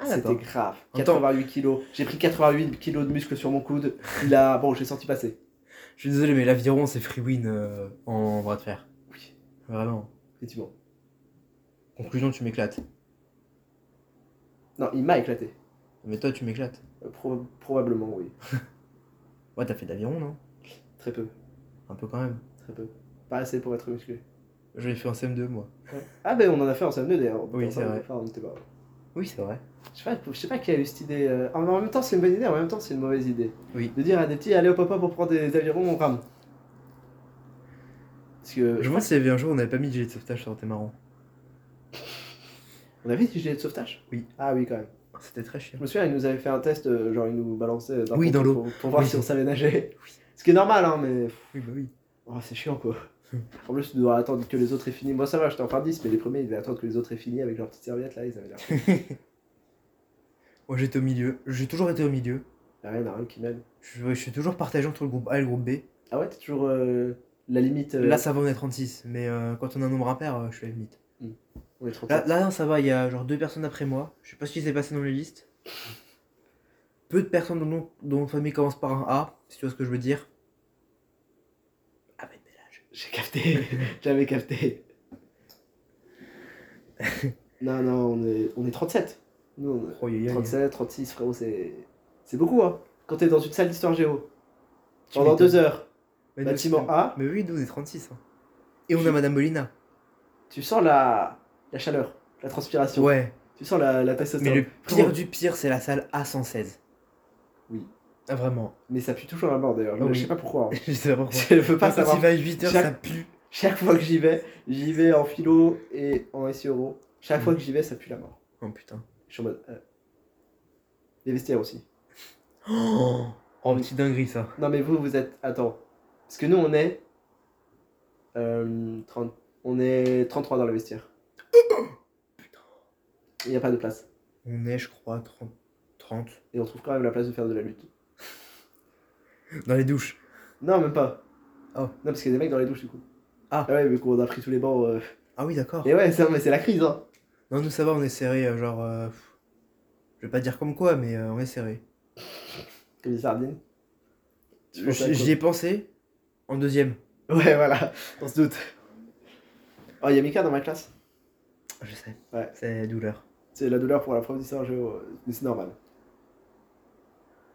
C'était Ah, d'accord. grave. En même temps- 88 kilos. J'ai pris 88 kilos de muscle sur mon coude. Il a. Bon, j'ai senti passer. Je suis désolé, mais l'aviron, c'est free win euh, en bras de fer. Oui, Vraiment. effectivement. Conclusion, tu m'éclates. Non, il m'a éclaté. Mais toi, tu m'éclates. Euh, prob- probablement, oui. Ouais, t'as fait de l'aviron, non Très peu. Un peu quand même. Très peu. Pas assez pour être musclé. Je l'ai fait en CM2, moi. Ah ben on en a fait en CM2 d'ailleurs. Oui, c'est vrai. Enfin, on était pas- Oui, c'est vrai. Je sais, pas, je sais pas qui a eu cette idée. euh, En en même temps c'est une bonne idée, en même temps c'est une mauvaise idée. Oui. De dire à des petits allez au papa pour prendre des avirons, on rame. Parce que Je me demande s'il y avait un jour, on n'avait pas mis de gilet de sauvetage, ça aurait été marrant. on avait dit gilet de sauvetage. Oui. Ah oui quand même. C'était très chiant. Je me souviens ils nous avaient fait un test, euh, genre ils nous balançaient Oui, pont dans l'eau. pour, pour voir Oui. si on savait nager. Ce qui est normal hein, mais Oui, bah oui. Oh, c'est chiant quoi. Hum. En plus, tu dois attendre que les autres aient fini. Moi, ça va, j'étais en fin 10, mais les premiers, ils devaient attendre que les autres aient fini avec leur petite serviette là. Ils avaient l'air. Moi, j'étais au milieu. J'ai toujours été au milieu. Y a rien, y a rien qui m'aime. Je, je suis toujours partagé entre le groupe A et le groupe B. Ah ouais, t'es toujours euh, la limite. euh, Là, ça va, on est 36. Mais euh, quand on a un nombre impair, euh, je suis à la limite. on est 37. Là, là, non, ça va, il y a genre deux personnes après moi. Je sais pas ce qui s'est passé dans les listes. Peu de personnes dont, nom- dont notre famille commence par un A, si tu vois ce que je veux dire. Ah, Ahmed Bellage. J'ai capté. J'avais capté. non, non, on est, on est 37. Nous, Oh, on est yaya, 37, 36, frérot, c'est. C'est beaucoup, hein. Quand t'es dans une salle d'histoire géo, Tu pendant m'étonnes. deux heures, Mais nous, bâtiment c'est- A, Mais oui, nous, on est 36. hein. Et on Je- a Madame Molina. tu sens la, la chaleur, la transpiration. Ouais. Tu sens la, la Mais testostérone. le Frérot, pire du pire, c'est la salle A116. Oui. Ah, vraiment. Mais ça pue toujours la mort d'ailleurs. Je Ah oui. sais pas pourquoi. hein. je sais pas pourquoi. Je veux pas Quand savoir. il va à 8h, Chaque- ça pue. Chaque fois que j'y vais, j'y vais en philo et en SEO. Chaque Mm. fois que j'y vais, ça pue la mort. Oh putain. Je suis en mode. euh, Les vestiaires aussi. Oh, oh petite dinguerie, ça. Non mais vous, vous êtes. Attends. Parce que nous, on est. euh, 30... On est 33 dans le vestiaire. Il n'y a pas de place. On est, je crois, 30. 30. Et on trouve quand même la place de faire de la lutte. Dans les douches. Non, même pas. Oh. Non, parce qu'il y a des mecs dans les douches du coup. Ah. ouais, vu qu'on a pris tous les bancs. euh, Ah oui, d'accord. Et ouais, ça, mais c'est la crise, hein. Non, nous ça va, on est serré, euh, genre. euh, pff, je vais pas dire comme quoi, mais euh, on est serré. Comme des sardines. Tu penses à J- quoi J'y ai pensé en deuxième. Ouais, voilà, on se doute. Oh, il y a Mika dans ma classe. Je sais. Ouais. C'est douleur. C'est la douleur pour la prof d'histoire géo, euh, mais c'est normal.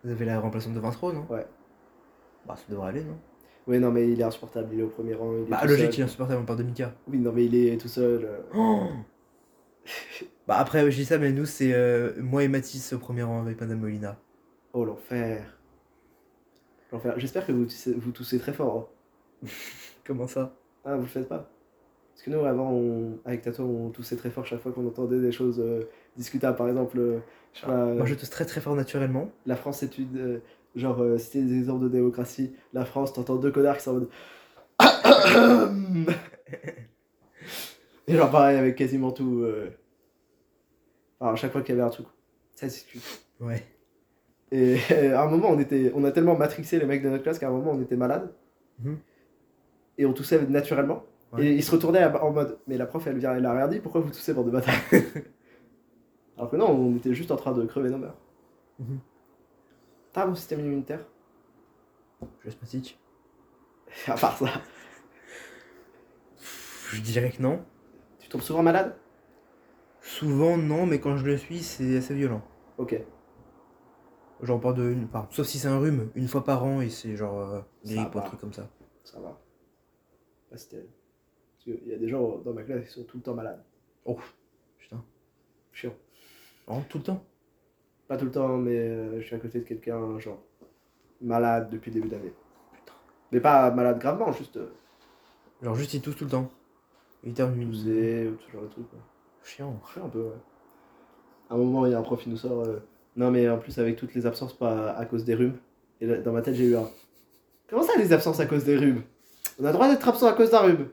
Vous avez la remplaçante de Vintro, non Ouais. Bah, ça devrait aller, non Ouais, non, mais il est insupportable, il est au premier rang. Il est Bah, tout logique, il seul. est insupportable, on parle de Mika. Oui, non, mais il est tout seul. euh. Oh bah, après, je dis ça, mais nous, c'est euh, moi et Mathis au premier rang avec Madame Molina. Oh, l'enfer. L'enfer. J'espère que vous, toussez- vous toussez très fort. hein. Comment ça Ah, vous le faites pas Parce que nous, avant, on- avec Tato, on toussait très fort chaque fois qu'on entendait des choses euh, discutables. Par exemple, euh, je sais pas, euh, Moi, je tousse très très fort naturellement. la France étude, euh, genre, euh, citer des exemples de démocratie. La France, t'entends deux connards qui sont en mode. Et genre, pareil avec quasiment tout. euh. Alors, à chaque fois qu'il y avait un truc, ça discute. Ouais. Et à un moment, on, était, on a tellement matrixé les mecs de notre classe qu'à un moment, on était malade. Mhm. Et on toussait naturellement. Ouais. Et ils se retournaient à- en mode Mais la prof, elle vient, elle a rien dit, pourquoi vous toussez, bande de bâtards Alors que non, on était juste en train de crever nos mœurs. Mhm. T'as mon système immunitaire Je suis asthmatique. À part ça, Pff, Je dirais que non. tu tombes souvent malade Souvent, non, mais quand je le suis, c'est assez violent. Ok. Genre pas de une par. Sauf si c'est un rhume, une fois par an et c'est genre euh, grippe ou va. un truc comme ça. Ça va. Pas si terrible. Parce qu'il y a des gens dans ma classe qui sont tout le temps malades. Oh putain. Chiant. Vraiment tout le temps. Pas tout le temps, mais euh, je suis à côté de quelqu'un, genre, malade depuis le début d'année. Putain. Mais pas malade gravement, juste euh, Genre juste il tousse tout le temps. Il termine. tousser ou ce genre de truc. quoi. Chiant. Chiant un peu, ouais. À un moment, il y a un prof qui nous sort. euh, non, mais en plus, avec toutes les absences pas à cause des rhumes. Et là, dans ma tête, j'ai eu un. Comment ça, les absences à cause des rhumes On a le droit d'être absent à cause d'un rhume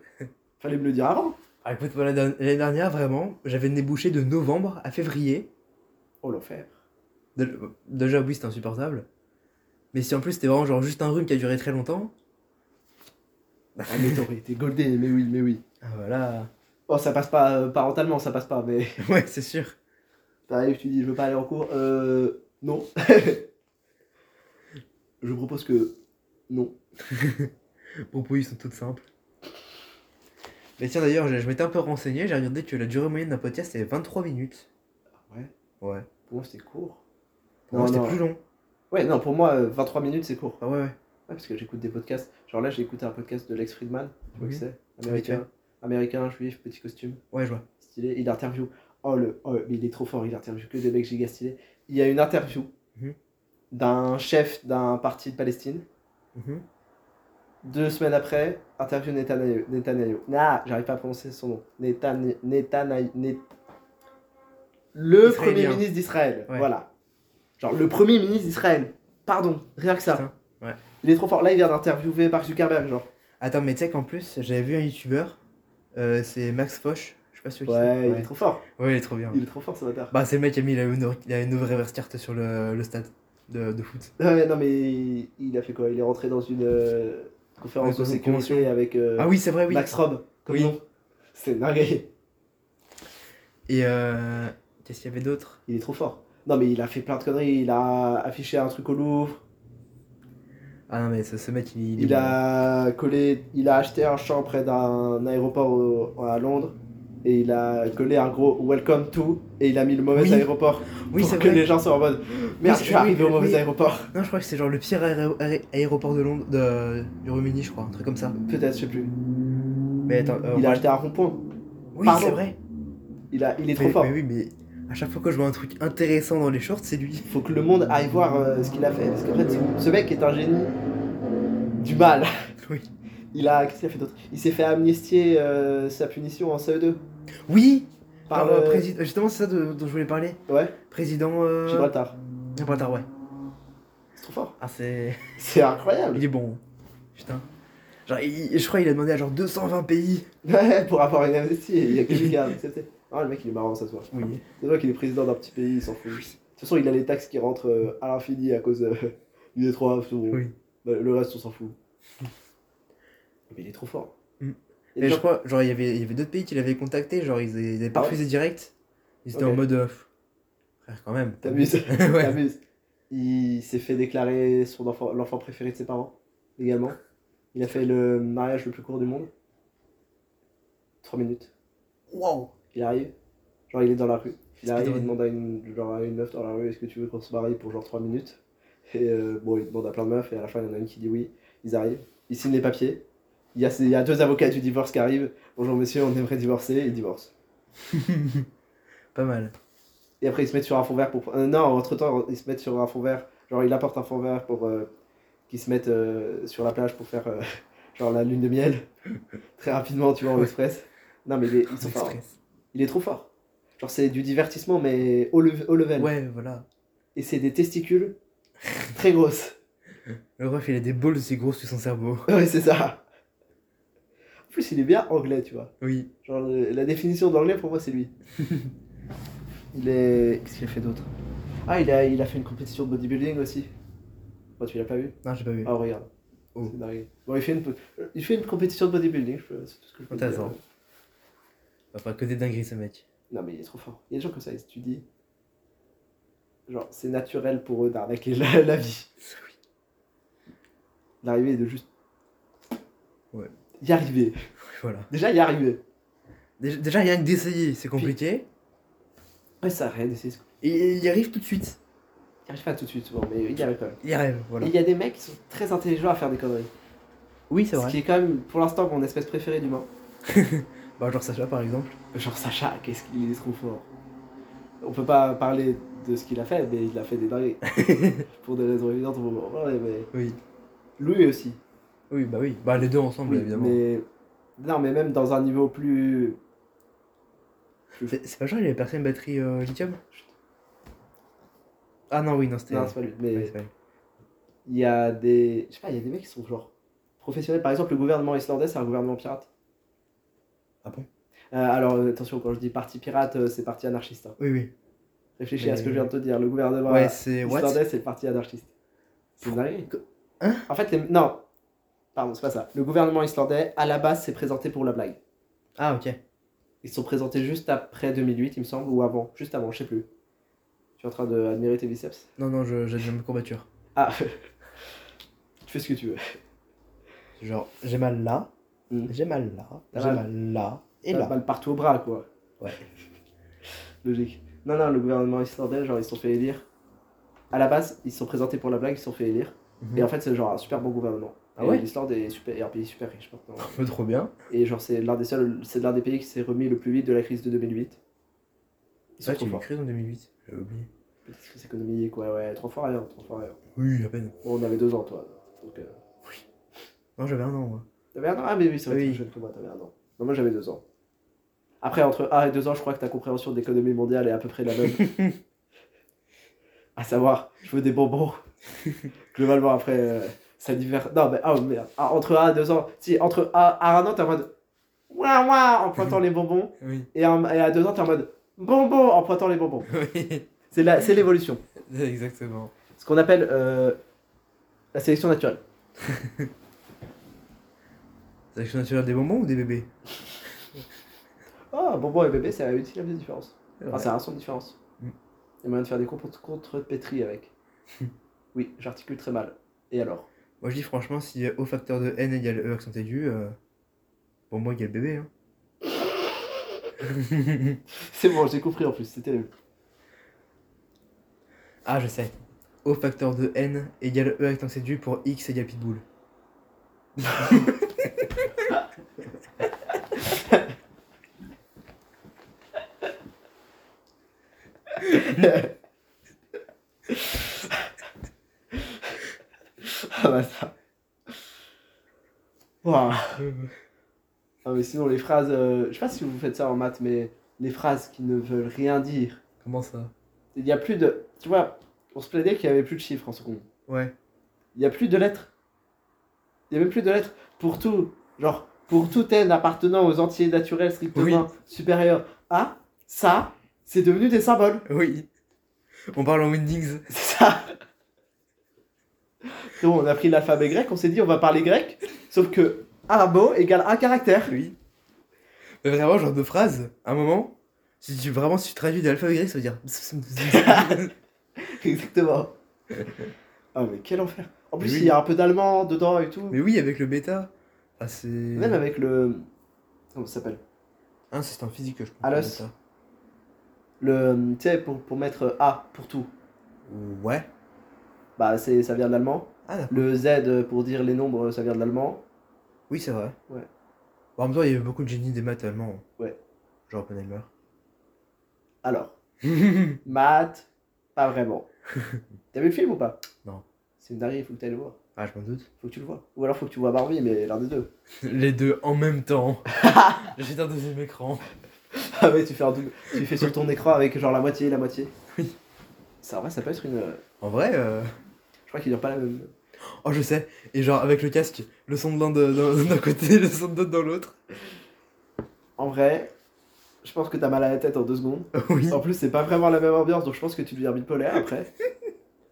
Fallait me le dire avant. Ah écoute, moi, la der- l'année dernière, vraiment, j'avais le nez bouché de novembre à février. Oh l'enfer. Dé- Déjà, oui, c'était insupportable. Mais si en plus c'était vraiment genre juste un rhume qui a duré très longtemps. Ah, mais t'aurais été goldé, mais oui, mais oui. Ah voilà. Oh, ça passe pas euh, parentalement, ça passe pas, mais ouais, c'est sûr. t'arrives, tu dis je veux pas aller en cours. Euh. Non. je propose que. Non. Propos, ils sont toutes simples. Mais tiens, d'ailleurs, je, je m'étais un peu renseigné, j'ai regardé que la durée moyenne d'un podcast c'était 23 minutes. Ouais. Ouais. Pour moi, c'était court. Oh Pour moi, c'était plus long. Ouais, non, pour moi, euh, 23 minutes, c'est court. Ah ouais, ouais. Ouais, parce que j'écoute des podcasts. Genre là, j'ai écouté un podcast de Lex Friedman, tu vois Oui. qui c'est Américain. Américain, juif, petit costume, Ouais, je vois. stylé. Il interview. Oh, le, oh, mais il est trop fort, il interview que des mecs giga stylés. Il y a une interview Mhm. d'un chef d'un parti de Palestine. Mhm. Deux semaines après, interview Netanyahu. Netanyahu. Nah, Ah, j'arrive pas à prononcer son nom. Netan- Netanyahu. Net- Le Israélien. premier ministre d'Israël. Ouais. Voilà. Genre le premier ministre d'Israël. Pardon, rien que ça. Putain, ouais. Il est trop fort. Là, il vient d'interviewer Mark Zuckerberg, genre. Attends, mais tu sais qu'en plus, j'avais vu un youtubeur, euh, c'est Max Foch. Je sais pas si tu le Ouais, sais. il est trop fort. Ouais, il est trop bien. Il est trop fort, ce bâtard. Bah, c'est le mec qui a mis la une, la une reverse carte sur le, le stade de, de foot. Ouais, non, mais il, il a fait quoi Il est rentré dans une euh, conférence Ouais, de con- sécurité convention. avec euh, Ah oui, c'est vrai, oui. Max Rob. Comme Oui. nom. C'est dingue. Et euh, qu'est-ce qu'il y avait d'autre Il est trop fort. Non, mais il a fait plein de conneries. Il a affiché un truc au Louvre. Ah non, mais ce, ce mec, il, il est Il bon. a collé, il a acheté un champ près d'un aéroport au- à Londres et il a collé un gros Welcome to et il a mis le mauvais Oui. aéroport Oui, pour c'est que vrai. les gens soient en mode merde, c'est- je suis arrivé oui, au mauvais oui. aéroport. Non, je crois que c'est genre le pire aéro- aé- aéroport de Londres, de, du Royaume-Uni, je crois, un truc comme ça. Peut-être, je sais plus. Mais attends, euh, Il a moi- acheté un rond-point. oui, pardon. c'est vrai. Il, a, il est trop mais, fort. mais oui, mais à chaque fois que je vois un truc intéressant dans les shorts, c'est lui. Faut que le monde aille voir euh, ce qu'il a fait. Parce qu'en fait, ce- ce mec est un génie du mal. Oui. Il a, qu'est-ce qu'il a fait d'autre Il s'est fait amnistier euh, sa punition en CE2 Oui par Par, euh, le- président- Justement, c'est ça de- dont je voulais parler. Ouais, Président. Euh... Gibraltar. Gibraltar, ouais. C'est trop fort. Ah, c'est. C'est incroyable. Il est bon. hein. Putain. Genre, il- je crois qu'il a demandé à genre 220 pays. Ouais, pour avoir une amnistie, il y a que lui qui a accepté. Ah, le mec, il est marrant, ça se voit. Oui. C'est vrai qu'il est président d'un petit pays, il s'en fout. De toute façon, il a les taxes qui rentrent euh, à l'infini à cause euh, du Détroit. tout- Oui. bah, Le reste, on s'en fout. Mais il est trop fort. Mm. Et Mais je genre- crois, genre, il y avait, il y avait d'autres pays qui l'avaient contacté, genre, ils avaient, ils avaient pas Ah ouais refusé direct. Ils étaient Ok. en mode. euh, Frère, quand même. T'abuses. ouais. T'abuses. Il s'est fait déclarer son enfant, l'enfant préféré de ses parents, également. Il a fait le mariage le plus court du monde. 3 minutes. Wow. Il arrive, genre il est dans la rue. Il Est-ce que arrive, t'aurais- il demande à une, genre, à une meuf dans la rue est-ce que tu veux qu'on se marie pour genre 3 minutes Et euh, bon, il demande à plein de meufs et à la fin il y en a une qui dit oui. Ils arrivent, ils signent les papiers. Il y a, il y a deux avocats du divorce qui arrivent. Bonjour monsieur, on aimerait divorcer. Ils divorcent. Pas mal. Et après ils se mettent sur un fond vert pour. euh, non, entre temps ils se mettent sur un fond vert. Genre il apporte un fond vert pour euh, qu'ils se mettent euh, sur la plage pour faire euh, genre la lune de miel. Très rapidement, tu vois, en express. Non mais les- ils sont forts. Express. Il est trop fort. Genre c'est du divertissement mais au, lev- au level. Ouais, voilà. Et c'est des testicules très grosses. Le ref, il a des balls aussi grosses que son cerveau. Ouais c'est ça. En plus il est bien anglais tu vois. Oui. Genre le- la définition d'anglais pour moi c'est lui. il est... Qu'est-ce qu'il a fait d'autre Ah il a, il a fait une compétition de bodybuilding aussi. Moi tu l'as pas vu Non, j'ai pas vu. Ah regarde. Oh. C'est dingue. Bon il fait, une... il fait une compétition de bodybuilding. je peux- C'est tout ce que je peux dire. Intéressant. Bah, pas que des dingueries, ce mec. Non, mais il est trop fort. Il y a des gens comme ça, ils se- tu dis. Genre, c'est naturel pour eux d'arnaquer la, la vie. D'arriver de juste. Ouais. Y arriver. Voilà. Déjà, y arriver. Déjà, déjà, rien que d'essayer, c'est compliqué. Ouais, ça a rien d'essayer. Et il y arrive tout de suite. Il arrive pas tout de suite souvent, mais il y arrive quand même. Il y arrive, voilà. Et Il y a des mecs qui sont très intelligents à faire des conneries. Oui, c'est Ce qui est quand même, pour l'instant, mon espèce préférée d'humain. Bah, genre Sacha par exemple. Genre Sacha, qu'est-ce qu'il est trop fort. On peut pas parler de ce qu'il a fait, mais il a fait des dingueries. pour des raisons évidentes, on peut pas en parler, mais... Oui. Lui aussi. Oui, bah oui. Bah, les deux ensemble, Oui, évidemment. Mais... Non, mais même dans un niveau plus... C'est c'est pas genre, il avait percé une batterie euh, lithium Ah non, oui, non, c'était. Non, c'est pas lui, mais... Ouais, c'est pas lui. il y a des je sais pas il y a des mecs qui sont genre professionnels par exemple le gouvernement islandais c'est un gouvernement pirate Ah bon Euh, alors euh, attention quand je dis parti pirate euh, c'est parti anarchiste hein. Oui, oui. réfléchis Mais- à ce que je viens de te dire le gouvernement Ouais, c'est. What islandais c'est le parti anarchiste c'est une Pour- dinguerie. Hein en fait les... non pardon c'est pas ça le gouvernement islandais à la base s'est présenté pour la blague Ah, ok. ils se sont présentés juste après 2008 il me semble ou avant juste avant je sais plus tu es en train de admirer tes biceps Non, non, je- j'ai de la courbature. ah tu fais ce que tu veux Genre, j'ai mal là, Mm. j'ai mal là, T'as j'ai mal. mal là, et T'as là. balle partout au bras quoi Eh ben. Ouais. Logique. Non, non, le gouvernement islandais, genre, ils se sont fait élire. À la base, ils se sont présentés pour la blague, ils se sont fait élire. Mhm. Et en fait, c'est genre un super bon gouvernement. Ah Et ouais L'Islande est, super, est un pays super riche maintenant. Peu trop bien. Et genre, c'est l'un des seuls, c'est l'un des pays qui s'est remis le plus vite de la crise de 2008. Ils sont Ça, tu trop une forts. crise en 2008. J'avais oublié. Petite crise économique, ouais, ouais, trop fort rien, trop fort rien. Oui, à peine. Bon, on avait deux ans, toi. Donc, euh, Non, j'avais un an, moi. T'avais un an Ah, mais oui, c'est vrai, Oui. t'es plus jeune que moi, t'avais un an. Non, moi, j'avais deux ans. Après, entre 1 et 2 ans, je crois que ta compréhension de l'économie mondiale est à peu près la même. à savoir, je veux des bonbons. Globalement, après, euh, ça diffère. Non, mais ah, merde. Ah, entre 1 et 2 ans, si, entre 1 à 1 an, t'es en mode. Ouah, ouah, en pointant les bonbons. Oui. Et, en- et à 2 ans, t'es en mode. Bonbons en pointant les bonbons. Oui, C'est la- c'est l'évolution. exactement. Ce qu'on appelle euh, la sélection naturelle. Sélection naturelle des bonbons ou des bébés Ah, bonbon et bébé, c'est la ultime différence. Enfin, Ouais. c'est un son de différence. Mm. Il y a moyen de faire des contre- contre-pétries avec. oui, j'articule très mal. Et alors Moi, je dis franchement, si euh, O facteur de N égale E accent aigu, euh, bonbon égale bébé. Hein. C'est bon, j'ai compris en plus, c'est terrible. ah, je sais. O facteur de N égale E accent aigu pour X égale pitbull. Ah bah ça. Ouah. Euh. Ah, mais sinon, les phrases. euh, je sais pas si vous faites ça en maths, mais les phrases qui ne veulent rien dire. Comment ça Il y a plus de. Tu vois, on se plaignait qu'il y avait plus de chiffres en seconde. Ouais. Il y a plus de lettres. Il y a même plus de lettres pour tout. Genre, pour tout n appartenant aux entiers naturels strictement supérieurs à ça, c'est devenu des symboles. Oui. On parle en windings. C'est ça. C'est bon, on a pris l'alphabet grec, on s'est dit on va parler grec, sauf que un mot égale un caractère. Oui. Mais vraiment, genre de phrase, à un moment, si tu vraiment si tu traduis de l'alphabet grec, ça veut dire. Exactement. Ah, mais quel enfer. En plus, Oui. il y a un peu d'allemand dedans et tout. Mais oui, avec le bêta. Ah, c'est. Même avec le. Comment ça s'appelle Ah, c'est en physique que je comprends. Alos. ça. Le. Tu sais, pour, pour mettre A pour tout. Ouais. Bah, c'est ça vient de l'allemand. Ah, d'accord. Le Z euh, pour dire les nombres, ça vient de l'allemand. Oui, c'est vrai. Ouais. Bon, en même temps, il y avait beaucoup de génies des maths allemands. Ouais. Genre Oppenheimer. Alors, maths, pas vraiment. T'as vu le film ou pas Non. C'est une dinguerie, faut que t'ailles le voir. ah, je m'en doute. Faut que tu le vois. Ou alors faut que tu vois Barbie, mais l'un des deux. Les deux en même temps. J'ai un deuxième écran. Ah ouais, tu fais un double. Tu fais sur ton écran avec genre la moitié et la moitié. Oui. Ça, en vrai, ça peut être une. euh, En vrai, euh, Je crois qu'il dure pas la même. oh, je sais. Et genre, avec le casque, le son de l'un de- d'un d'un côté, le son de l'autre dans l'autre. En vrai, je pense que t'as mal à la tête en deux secondes. Oui. En plus, c'est pas vraiment la même ambiance, donc je pense que tu deviens bipolaire après.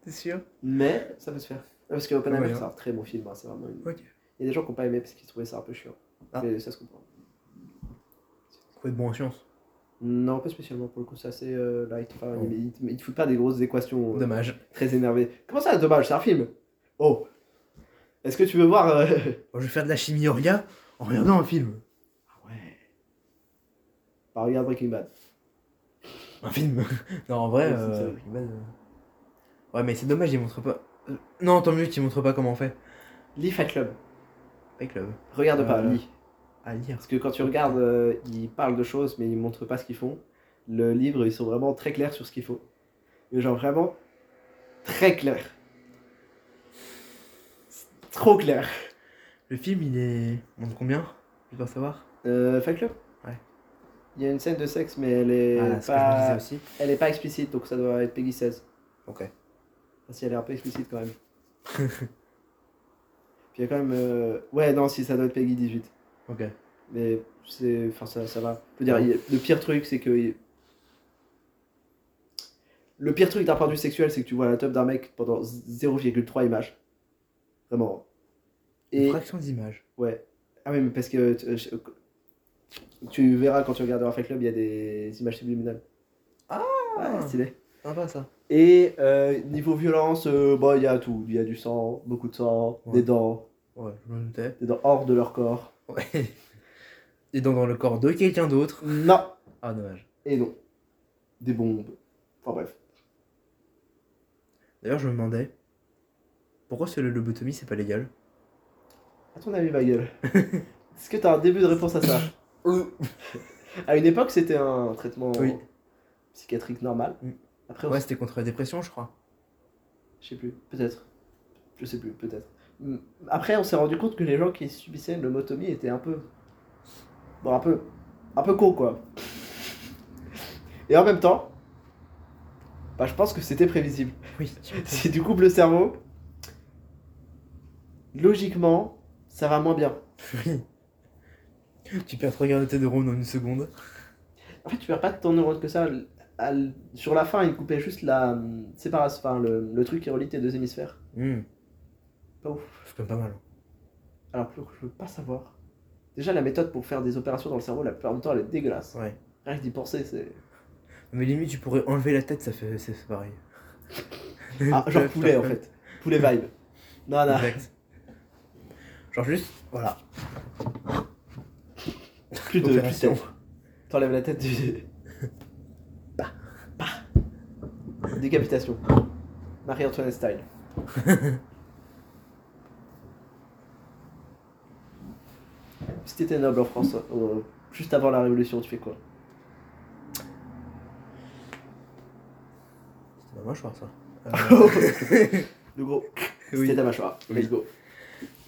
T'es sûr Mais ça peut se faire. Parce que Oppenheimer, Ouais, hein. c'est un très bon film, hein, c'est vraiment une- Ok. Il y a des gens qui n'ont pas aimé parce qu'ils trouvaient ça un peu chiant. Ah. Mais ça se comprend. Faut être bon en science. Non, pas spécialement pour le coup, c'est assez euh, light. Enfin, Oh. il, il te fout pas des grosses équations euh, Dommage. très énervées. Comment ça, dommage, c'est un film Oh Est-ce que tu veux voir euh, Bon, Oh, je vais faire de la chimie orga en regardant un film. Ah Ouais. Bah, regarde Breaking Bad. Un film Non, en vrai, Ouais, c'est euh, ça. Breaking Bad, euh, Ouais, mais c'est dommage, ils montrent pas. Euh, Non, tant mieux qu'ils montrent pas comment on fait. Lee Fight Club. Avec le. Regarde Euh, pas, lis. À lire. Parce que quand tu regardes, euh, ils parlent de choses, mais ils montrent pas ce qu'ils font. Le livre, ils sont vraiment très clairs sur ce qu'il faut. Et genre vraiment très clair. Trop clair. Le film, il est. montre combien Je dois savoir. Euh, Fight Club Ouais. Il y a une scène de sexe, mais elle est, Voilà, Ah, ce que je me pas... disais aussi. elle est pas explicite, donc ça doit être Peggy 16. Ok. Enfin, si elle est un peu explicite quand même. Puis il y a quand même. euh, Ouais, non, si ça doit être Peggy 18. Ok. Mais c'est. Enfin, ça, ça va. Je veux dire, il- le pire truc, c'est que. il- Le pire truc d'un point de vue sexuel, c'est que tu vois la teub d'un mec pendant 0,3 images. Vraiment. Une Et. fraction d'image. Ouais. Ah oui, mais parce que. euh, tu- euh, Tu verras quand tu regardes Fight Club, il y a des images subliminales. Ah, Ouais, stylé. sympa ça. Et euh, niveau violence, euh, bah, il y a tout. Il y a du sang, beaucoup de sang, Ouais. des dents, Ouais, je me doutais. des dents hors de leur corps. Ouais. Et donc dans le corps de quelqu'un d'autre. Non. Ah, dommage. Et non. Des bombes. Enfin bref. D'ailleurs, je me demandais. Pourquoi sur la lobotomie, c'est pas légal À ton avis, ma gueule. Est-ce que t'as un début de réponse à ça Euh, À une époque, c'était un traitement Oui. psychiatrique normal. Mm. Après, on- Ouais, c'était contre la dépression, je crois. je sais plus, peut-être. Je sais plus, peut-être. Mm. Après, on s'est rendu compte que les gens qui subissaient une lobotomie étaient un peu. Bon, un peu. Un peu cons, quoi. Et en même temps. Bah, je pense que c'était prévisible. Oui. Si tu coupes le cerveau, logiquement, ça va moins bien. tu perds 3 quarts de tes neurones en une seconde. En fait, tu perds pas tant de neurone que ça. À l- Sur la fin, il coupait juste la hum, séparation, enfin, le, le truc qui relie tes deux hémisphères. Hmm. Pas ouf. C'est quand même pas mal. Alors, plus que je veux pas savoir. Déjà, la méthode pour faire des opérations dans le cerveau, la plupart du temps, elle est dégueulasse. Ouais. Rien que d'y penser, c'est. Mais limite, tu pourrais enlever la tête, ça fait c'est c'est pareil. Ah, genre poulet en fait. Poulet vibe. Non, non. Exact. Genre juste, voilà. Plus de, plus de Opération. tête. T'enlèves la tête du. Bah, bah. Décapitation. Marie-Antoinette style. si t'étais noble en France, euh, juste avant la Révolution, tu fais quoi C'est ma mâchoire ça. Euh, Le gros, Oui. c'était ta mâchoire. Oui. Let's go.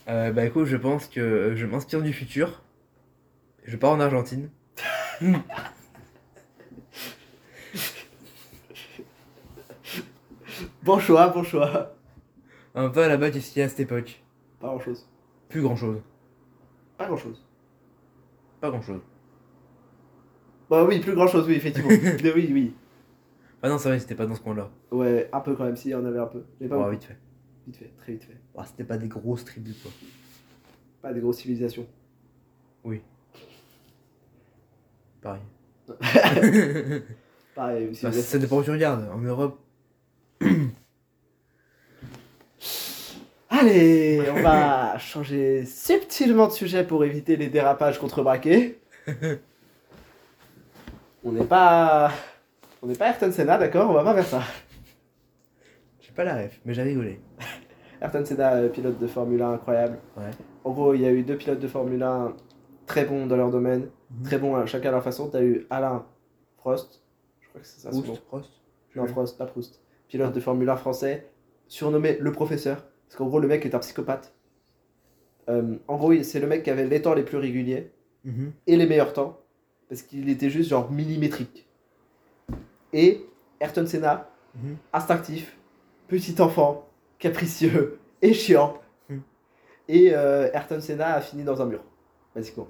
Euh, bah écoute, je pense que euh, je m'inspire du futur. Je pars en Argentine. Bon choix, bon choix. Un peu à la bas qu'est-ce qu'il y a à cette époque Pas grand chose. Plus grand chose. Pas grand chose. Pas grand chose. Bah oui, plus grand chose, oui, effectivement. Mais oui, oui. Ah non, c'est vrai, c'était pas dans ce coin-là. Ouais, un peu quand même, si, on avait un peu. Mais pas Bah, Ouais, beaucoup. vite fait. Vite fait, très vite fait. Ah, c'était pas des grosses tribus quoi. Pas des grosses civilisations. Pareil. Pareil, une Bah, civilisation. ça dépend où tu regardes. En Europe, Allez, on va changer subtilement de sujet pour éviter les dérapages contrebraqués. On n'est pas. On n'est pas Ayrton Senna, d'accord On va pas vers ça. j'ai pas la ref, mais j'ai rigolé. Ayrton Senna, euh, pilote de Formule 1 incroyable. Ouais. En gros, il y a eu deux pilotes de Formule 1 très bons dans leur domaine, Mhm. très bons à chacun à leur façon. T'as eu Alain Prost, je crois que c'est ça son Proust, nom. Proust. Non, Prost, pas Proust. Pilote de Formule 1 français, surnommé le professeur, parce qu'en gros, le mec est un psychopathe. Euh, en gros, il- c'est le mec qui avait les temps les plus réguliers Mhm. et les meilleurs temps, parce qu'il était juste genre millimétrique. Et Ayrton Senna, Mhm. instinctif, petit enfant, capricieux et chiant. Mhm. Et euh, Ayrton Senna a fini dans un mur, basiquement.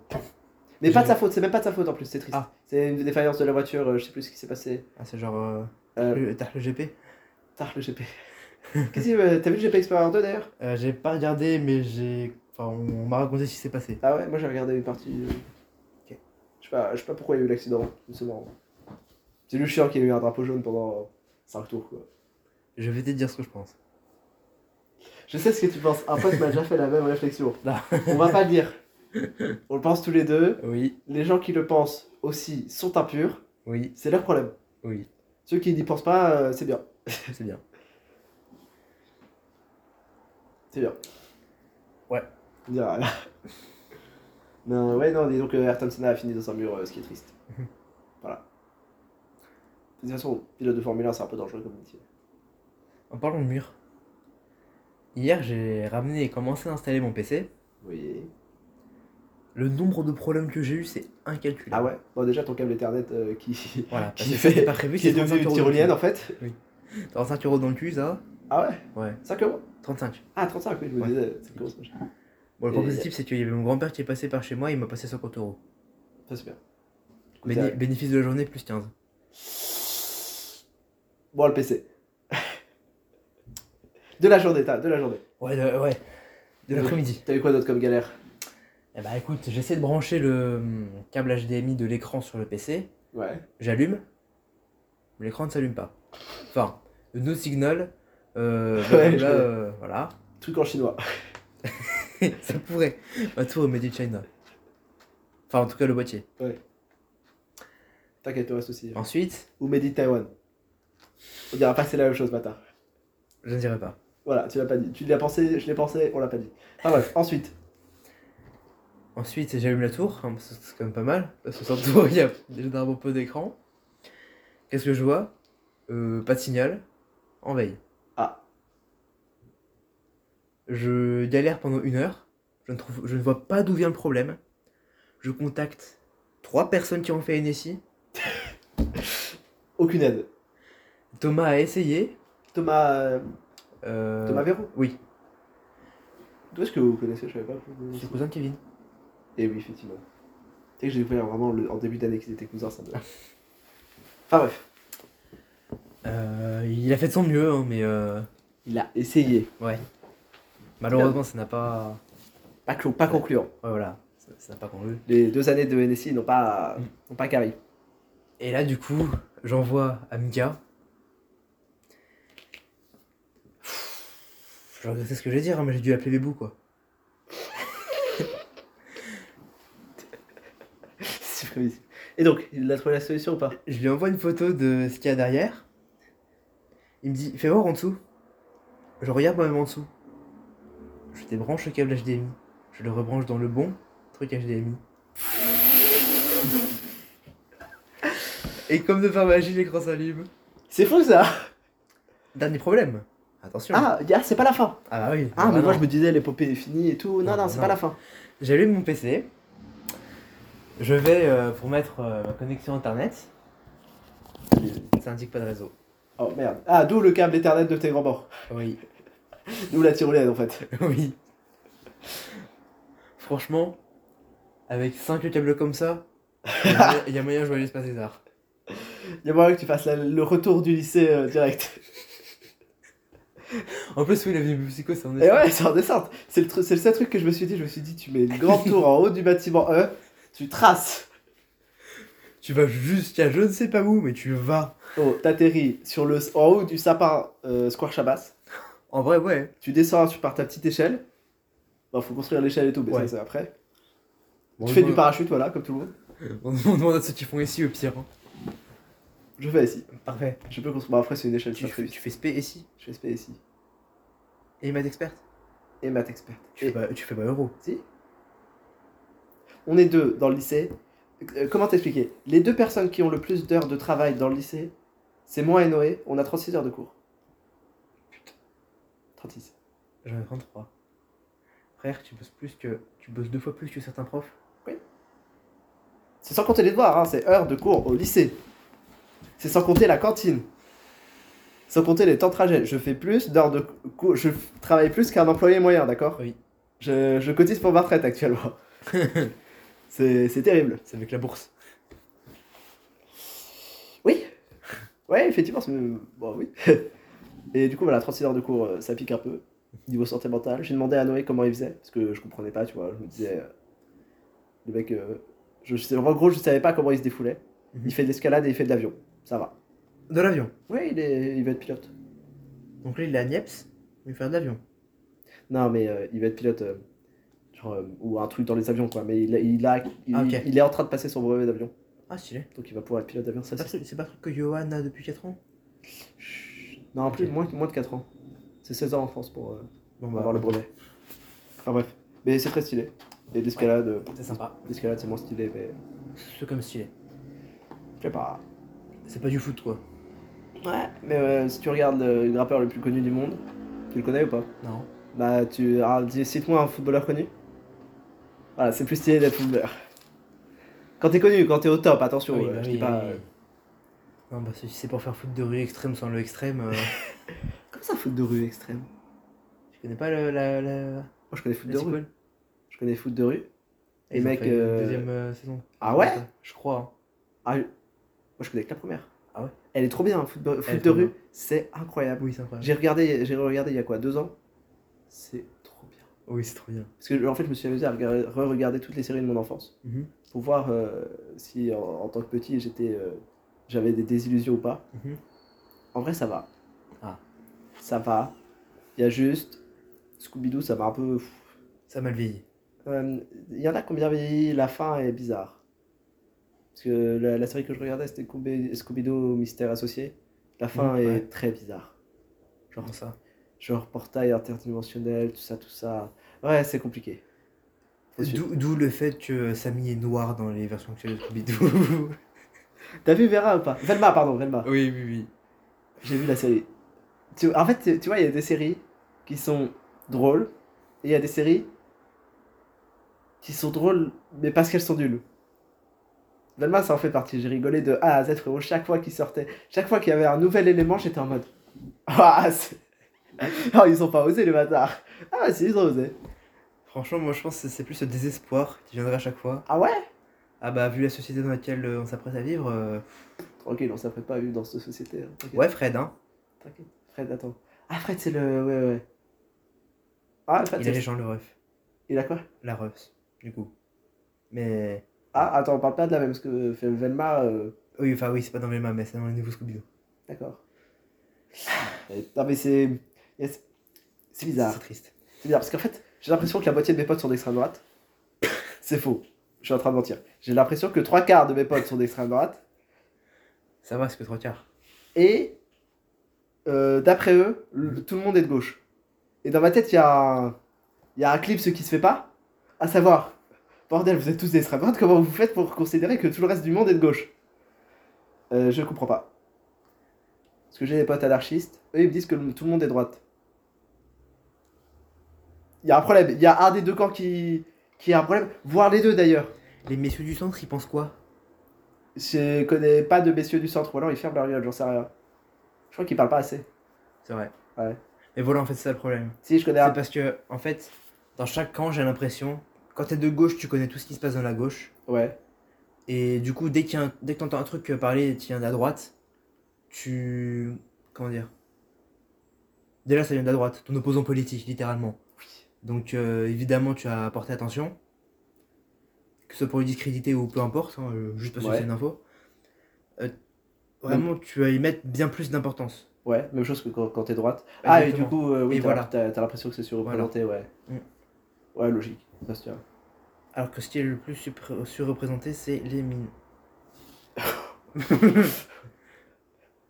Mais pas de sa faute, c'est même pas de sa faute en plus, c'est triste. Ah. C'est une défaillance de la voiture, euh, je sais plus ce qui s'est passé. Ah, c'est genre. Euh, Euh, le- t'as le GP Tard le GP. Qu'est-ce que euh, t'as vu le GP Explorer 2 d'ailleurs Euh, J'ai pas regardé, mais j'ai. Enfin, on m'a raconté ce qui s'est passé. Ah ouais, moi j'ai regardé une partie. euh, Ok. Je sais pas, je sais pas pourquoi il y a eu l'accident, mais c'est marrant. C'est le chiant qui a eu un drapeau jaune pendant 5 tours quoi. Je vais te dire ce que je pense. Je sais ce que tu penses, un pote m'a déjà fait la même réflexion. Là. On va pas le dire. On le pense tous les deux. Oui, Les gens qui le pensent aussi sont impurs, oui, c'est leur problème. oui, Ceux qui n'y pensent pas, euh, c'est bien. c'est bien. C'est bien. Ouais. Bien, voilà. non, ouais, non, dis donc, euh, Ayrton Senna a fini dans un mur, euh, ce qui est triste. voilà. De toute façon, pilote de Formule 1, c'est un peu dangereux comme métier. En parlant de mur, hier j'ai ramené et commencé à installer mon PC. Oui. Le nombre de problèmes que j'ai eu, c'est incalculable. Ah ouais Bon, déjà, ton câble Ethernet euh, qui. Voilà, parce Qui que ça, fait- c'était pas prévu, qui est c'est devenu une 35 euros. dans le tyrolienne cul. en fait. 35 euros dans le cul, ça Ah ouais Ouais, 5 euros 35. Ah, 35, oui, je me Ouais. disais. C'est gros, ça. Bon, le point Et- positif, c'est qu'il y avait mon grand-père qui est passé par chez moi, il m'a passé 50 euros. Ça, c'est bien. Du coup, Béné- t'as- Bénéfice de la journée, plus 15. Bon, le PC. de la journée, t'as, de la journée. Ouais, de- ouais. De Oui. l'après-midi. T'as eu quoi d'autre comme galère Eh bah écoute, j'essaie de brancher le hum, câble HDMI de l'écran sur le PC. Ouais. J'allume. mais L'écran ne s'allume pas. Enfin, no signal. Euh, Ouais, blablabla, je- euh, voilà. Truc en chinois. ça pourrait. Bah, Ma tour est made in China. Enfin, en tout cas, le boîtier. T'inquiète, le reste aussi. hein. Ensuite, Ou Made in Taiwan. On dira pas que c'est la même chose, bâtard. je ne dirai pas. Voilà, tu l'as pas dit. Tu l'as pensé, je l'ai pensé, on l'a pas dit. Ah bref, ensuite. Ensuite, j'allume la tour. hein, parce que c'est quand même pas mal. Parce que sans tour, il y a généralement peu d'écran. Qu'est-ce que je vois Euh, Pas de signal. En veille. Ah. Je galère pendant une heure. Je ne, trouve, je ne vois pas d'où vient le problème. Je contacte trois personnes qui ont fait NSI. Aucune aide. Thomas a essayé. Thomas. euh, euh, Thomas Véro oui. D'où est-ce que vous connaissez Je savais pas. Je suis cousin de Kevin. Et oui, effectivement. Tu sais que j'ai découvert vraiment le- en début d'année qu'ils étaient cousins, ça me. Enfin bref, Euh, il a fait de son mieux, hein, mais euh, il a essayé. ouais. Malheureusement, ça n'a pas. Pas, clou, pas concluant. Ouais, voilà. Ça ça n'a pas convenu. Les deux années de NSI n'ont pas, Mm. n'ont pas carré. Et là, du coup, j'envoie à Mika. Pff, Je regrette ce que j'ai dit, hein, mais j'ai dû appeler Bébou, quoi. C'est prévisible. Et donc, il a trouvé la solution ou pas Je lui envoie une photo de ce qu'il y a derrière. Il me dit Fais voir en dessous. Je regarde moi-même en dessous. Je débranche le câble HDMI. Je le rebranche dans le bon truc HDMI. Et comme de par magie, l'écran s'allume. C'est fou ça Dernier problème. Attention. Ah, y a- c'est pas la fin Ah bah oui. Ah, mais moi je me me disais l'épopée est finie et tout. Non, Non, non, bah c'est non. pas la fin. J'allume mon PC. Je vais euh, pour mettre euh, ma connexion internet. Ça indique pas de réseau. Oh merde. Ah, d'où le câble Ethernet de tes grands-parents. Oui, D'où la tyrolienne en fait. oui. Franchement, avec 5 câbles comme ça, il y a moyen- il y a moyen de jouer à l'espace des arts. Il y a moyen que tu fasses la- le retour du lycée euh, direct. En plus, oui, la vie psycho, c'est un Et dessin. ouais, c'est en descente. C'est le, tru- c'est le seul truc que je me suis dit. Je me suis dit, tu mets une grande tour en haut du bâtiment E, tu traces. Tu vas jusqu'à je ne sais pas où, mais tu vas. Oh, t'atterris sur le, en haut du sapin euh, Square Chabas. En vrai, ouais. Tu descends tu par ta petite échelle. Bon, faut construire l'échelle et tout, mais Ouais. ça c'est après. Bon, tu fais on- du parachute, voilà, comme tout le monde. On on demande à ceux qui font ici au pire. hein. Je fais ici. Parfait. Je peux construire. Bon, après, c'est une échelle, Tu, ça, très fais- vite. tu fais SP ici Je fais SP ici. et maths experte. Et maths experte. Tu fais pas, tu fais pas euro. Si. On est deux dans le lycée. Euh, comment t'expliquer Les deux personnes qui ont le plus d'heures de travail dans le lycée, c'est moi et Noé. On a 36 heures de cours. 36. J'en ai 33. Frère, tu bosses plus que. Tu bosses deux fois plus que certains profs. C'est sans compter les devoirs, hein, c'est heures de cours au lycée. C'est sans compter la cantine. Sans compter les temps de trajet. Je fais plus d'heures de cours. Je travaille plus qu'un employé moyen, d'accord Oui. Je, je cotise pour ma retraite actuellement. c'est c'est terrible. C'est avec la bourse. Ouais, effectivement, c'est... Bon, oui. Et du coup, voilà, 36 heures de cours, euh, ça pique un peu, niveau santé mentale. J'ai demandé à Noé comment il faisait, parce que je comprenais pas, tu vois. Je me disais... euh, le mec... euh, je, sais- en gros, je savais pas comment il se défoulait. Mhm. Il fait de l'escalade et il fait de l'avion. Ça va. De l'avion. Ouais, il, est, il va être pilote. Donc là, il est à Niepce, mais il fait de l'avion. Non, mais euh, il va être pilote... euh, genre, euh, ou un truc dans les avions, quoi. Mais il, a- il, a, il, Ah, ok. il est en train de passer son brevet d'avion. Ah, stylé. Donc il va pouvoir être pilote d'avion, ça C'est pas, c'est... c'est pas le truc que Johan a depuis 4 ans Chut. Non, en plus, Ok. moins, moins de 4 ans. C'est 16 ans en France pour... euh, Bon, bah, On va voir le brevet. Enfin bref. Mais c'est très stylé. Et l'escalade, euh, C'est sympa. l'escalade c'est moins stylé, mais C'est comme stylé. je sais pas. C'est pas du foot quoi. Ouais. Mais euh, si tu regardes le grappeur le plus connu du monde, tu le connais ou pas Non. Bah tu. ah, dis- cite-moi un footballeur connu. Voilà, c'est plus stylé d'être footballeur. Quand t'es connu, quand t'es au top, attention, euh, je dis pas. euh, bah Non, bah si c'est pour faire foot de rue extrême sans le extrême, euh, Comment ça foot de rue extrême Moi je connais pas le, la, la, je connais foot la de rue. sequel. Je connais foot de rue. Et Ils ont mec, fait une euh, Deuxième euh, saison. Ah ouais Je crois. Ah, je- moi je connais que la première. Ah ouais Elle est trop bien, hein, foot de, foot est de trop rue, bien. c'est hein. incroyable. Oui, c'est incroyable. J'ai regardé, j'ai regardé il y a quoi, deux ans C'est trop bien. Oui, c'est trop bien. Parce que en fait, je me suis amusé à regarder- re-regarder toutes les séries de mon enfance Mhm. pour voir euh, si en, en tant que petit j'étais, euh, j'avais des désillusions ou pas. Mhm. En vrai, ça va. Ah. Ça va. Il y a juste Scooby-Doo, ça m'a un peu. Ça a mal vieilli. Euh, Il y en a qui ont bien vieilli, la fin est bizarre. Parce que la, la série que je regardais, c'était Scooby- Scooby-Doo Mystère Associé. La fin Mhm, est ouais. très bizarre. Genre, Comment ça genre portail interdimensionnel, tout ça, tout ça. Ouais, c'est compliqué. Faut suivre. D'où d'où le fait que Samy est noir dans les versions actuelles de Scooby-Doo. T'as vu Vera ou pas Velma, pardon, Velma. oui, oui, oui. J'ai vu la série. Tu- en fait, tu, tu vois, il y a des séries qui sont drôles et il y a des séries qui sont drôles mais parce qu'elles sont nulles. Velma, ça en fait partie. J'ai rigolé de A à Z, frérot, chaque fois qu'il sortait. Chaque fois qu'il y avait un nouvel élément, j'étais en mode. Ah, c'est- Ah, ils ont pas osé, les bâtards. Ah, si, ils ont osé. Franchement, moi je pense que c'est plus le désespoir qui viendrait à chaque fois. Ah ouais Ah bah, vu la société dans laquelle euh, on s'apprête à vivre. euh, Tranquille, on s'apprête pas à vivre dans cette société. hein. T'inquiète. Ouais, Fred, hein. T'inquiète. Fred, attends. Ah, Fred, c'est le. Ouais, ouais, ouais. Ah, Fred, Il a les c'est. gens, le ref. Il a quoi La ref, du coup. Mais. Ah, attends, on parle pas de la même, parce que fait Velma. euh, Oui, enfin oui, c'est pas dans les mains, mais c'est dans les nouveaux Scooby-Doo. D'accord. Et- Non, mais c'est. yes. C'est bizarre. C'est triste. C'est bizarre, parce qu'en fait, j'ai l'impression que la moitié de mes potes sont d'extrême droite. C'est faux. Je suis en train de mentir. J'ai l'impression que trois quarts de mes potes sont d'extrême droite. Ça va, c'est que trois quarts. Et. euh, D'après eux, le- tout le monde est de gauche. Et dans ma tête, il y a un. Il y a un clip, ce qui se fait pas. À savoir, bordel, vous êtes tous d'extrême droite, comment vous faites pour considérer que tout le reste du monde est de gauche euh, Je comprends pas. Parce que j'ai des potes anarchistes, eux ils me disent que le- tout le monde est droite. Il y a un problème, il y a un des deux camps qui, qui a un problème, voire les deux d'ailleurs. Les messieurs du centre, ils pensent quoi Je connais pas de messieurs du centre, ou alors ils ferment leur gueule, j'en sais rien. Je crois qu'ils parlent pas assez. C'est vrai. Ouais. Mais voilà, en fait, c'est ça le problème. Si, je connais un. C'est parce que, en fait, dans chaque camp, j'ai l'impression, quand t'es de gauche, tu connais tout ce qui se passe dans la gauche. Ouais. Et du coup, dès, qu'il y a un- dès que t'entends un truc parler, qui vient de la droite, tu. Comment dire Déjà, ça vient de la droite, ton opposant politique, littéralement. Donc, euh, évidemment, tu as porté attention. Que ce soit pour le discréditer ou peu importe, hein, euh, juste parce Ouais. que c'est une info. Euh, vraiment, tu vas y mettre bien plus d'importance. Ouais, même chose que quand, quand t'es droite. Ah, et du Bah, Exactement. coup, euh, oui, Et t'as voilà. Mm. t'as- t'as l'impression que c'est surreprésenté, ouais. Ouais, logique, ça se tient. Alors que ce qui est le plus surpr- surreprésenté, c'est les mines.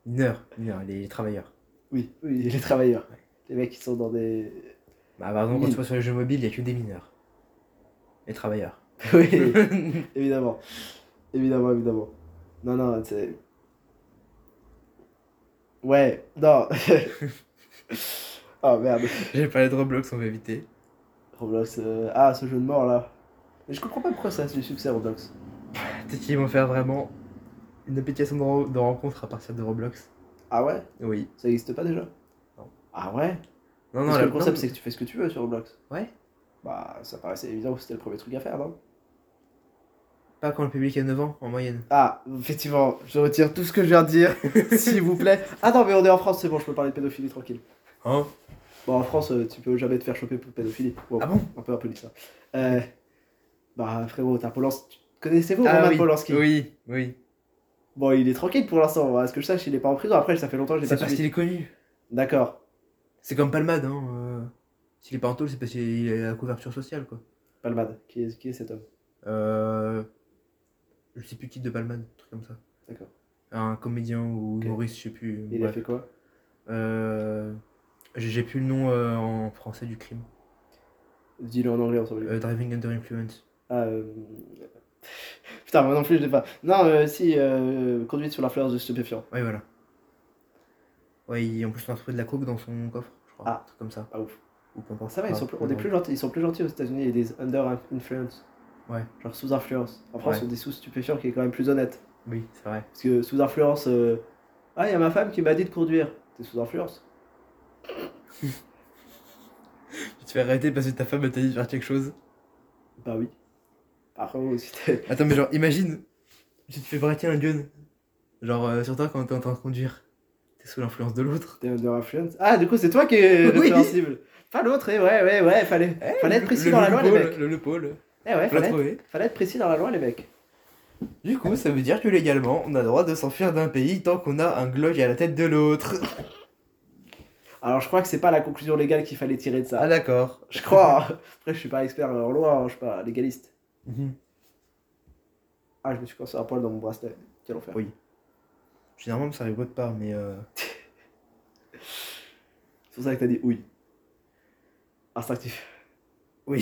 mineurs, mineurs, les travailleurs. Oui, oui, les travailleurs. Ouais. Les mecs qui sont dans des. Bah, par exemple, quand Mine. tu vas sur les jeux mobiles, il n'y a que des mineurs. Les travailleurs. oui, évidemment. Évidemment, évidemment. Non, non, c'est. Ouais, non. oh merde. J'ai parlé de Roblox, on va éviter. Roblox. euh, Ah, ce jeu de mort là. Mais je comprends pas pourquoi ça a du succès Roblox. Peut-être qu'ils vont faire vraiment une application de, ren- de rencontre à partir de Roblox. Ah ouais Oui. Ça existe pas déjà Non. Ah ouais Non, Parce que la- le concept non, c'est que tu fais ce que tu veux sur Roblox. Ouais. Bah, ça paraissait évident que c'était le premier truc à faire, non Pas quand le public a 9 ans, en moyenne. Ah, effectivement, je retire tout ce que je viens de dire, s'il vous plaît. Ah non, mais on est en France, c'est bon, je peux parler de pédophilie tranquille. Hein Bon, en France, euh, tu peux jamais te faire choper pour pédophilie. Bon, Ah bon un peu impoli ça. Euh, bah, frérot, t'as Polanski. Connaissez-vous Ah Roman oui. Polanski Oui, oui. Bon, il est tranquille pour l'instant. À ce que je sache, il est pas en prison. Après, ça fait longtemps que j'ai C'est pas parce suivi. qu'il est connu. D'accord. C'est comme Palmade, hein. euh, S'il est pas en taule, c'est parce qu'il a la couverture sociale, quoi. Palmade, qui est, qui est cet homme Euh... Je sais plus qui de Palmade, un truc comme ça. D'accord. Un comédien ou Ok. humoriste, je sais plus. Il a bref. fait quoi Euh... J'ai j'ai plus le nom euh, en français du crime. Dis-le en anglais, on s'en fout. Euh, driving under influence. Ah, euh, Putain, moi non plus, je l'ai pas. Non, euh, si, euh, conduite sur l'influence de stupéfiants. Ouais, voilà. Ouais, il- en plus, on a retrouvé de la coke dans son coffre, je crois. Ah. Un truc comme ça. Pas ouf. Hein, Ou peu importe. Ça va, ils Ah, sont, plus, peu on est importe. plus gentils, ils sont plus gentils aux États-Unis, il y a des under influence. Ouais. Genre sous influence. En France, Ouais. on dit sous stupéfiant qui est quand même plus honnête. Oui, c'est vrai. Parce que sous influence, euh, ah, il y a ma femme qui m'a dit de conduire. T'es sous influence. Tu te fais arrêter parce que ta femme elle t'a dit de faire quelque chose. Bah oui. Par contre, si t'es. Attends, mais genre, imagine, tu te fais braquer un gun. Genre, euh, sur toi, quand t'es en train de conduire, t'es sous l'influence de l'autre. t'es under influence. Ah, du coup, c'est toi qui es Oui. référencible. Pas l'autre, eh, ouais, ouais, ouais, fallait, fallait être précis dans la loi, les mecs. Le, pôle, Eh ouais, on l'a fallait, trouvé. fallait être précis dans la loi, les mecs. Du coup, ça veut dire que légalement, on a le droit de s'enfuir d'un pays tant qu'on a un glock à la tête de l'autre. Alors, je crois que c'est pas la conclusion légale qu'il fallait tirer de ça. Ah, d'accord. Je crois. hein. Après, je suis pas expert en loi, hein, je suis pas légaliste. Mhm. Ah, je me suis cassé un poil dans mon bracelet. Quel enfer. Oui. Généralement, ça rigole pas, mais euh, C'est pour ça que t'as dit oui. Instinctif. Oui.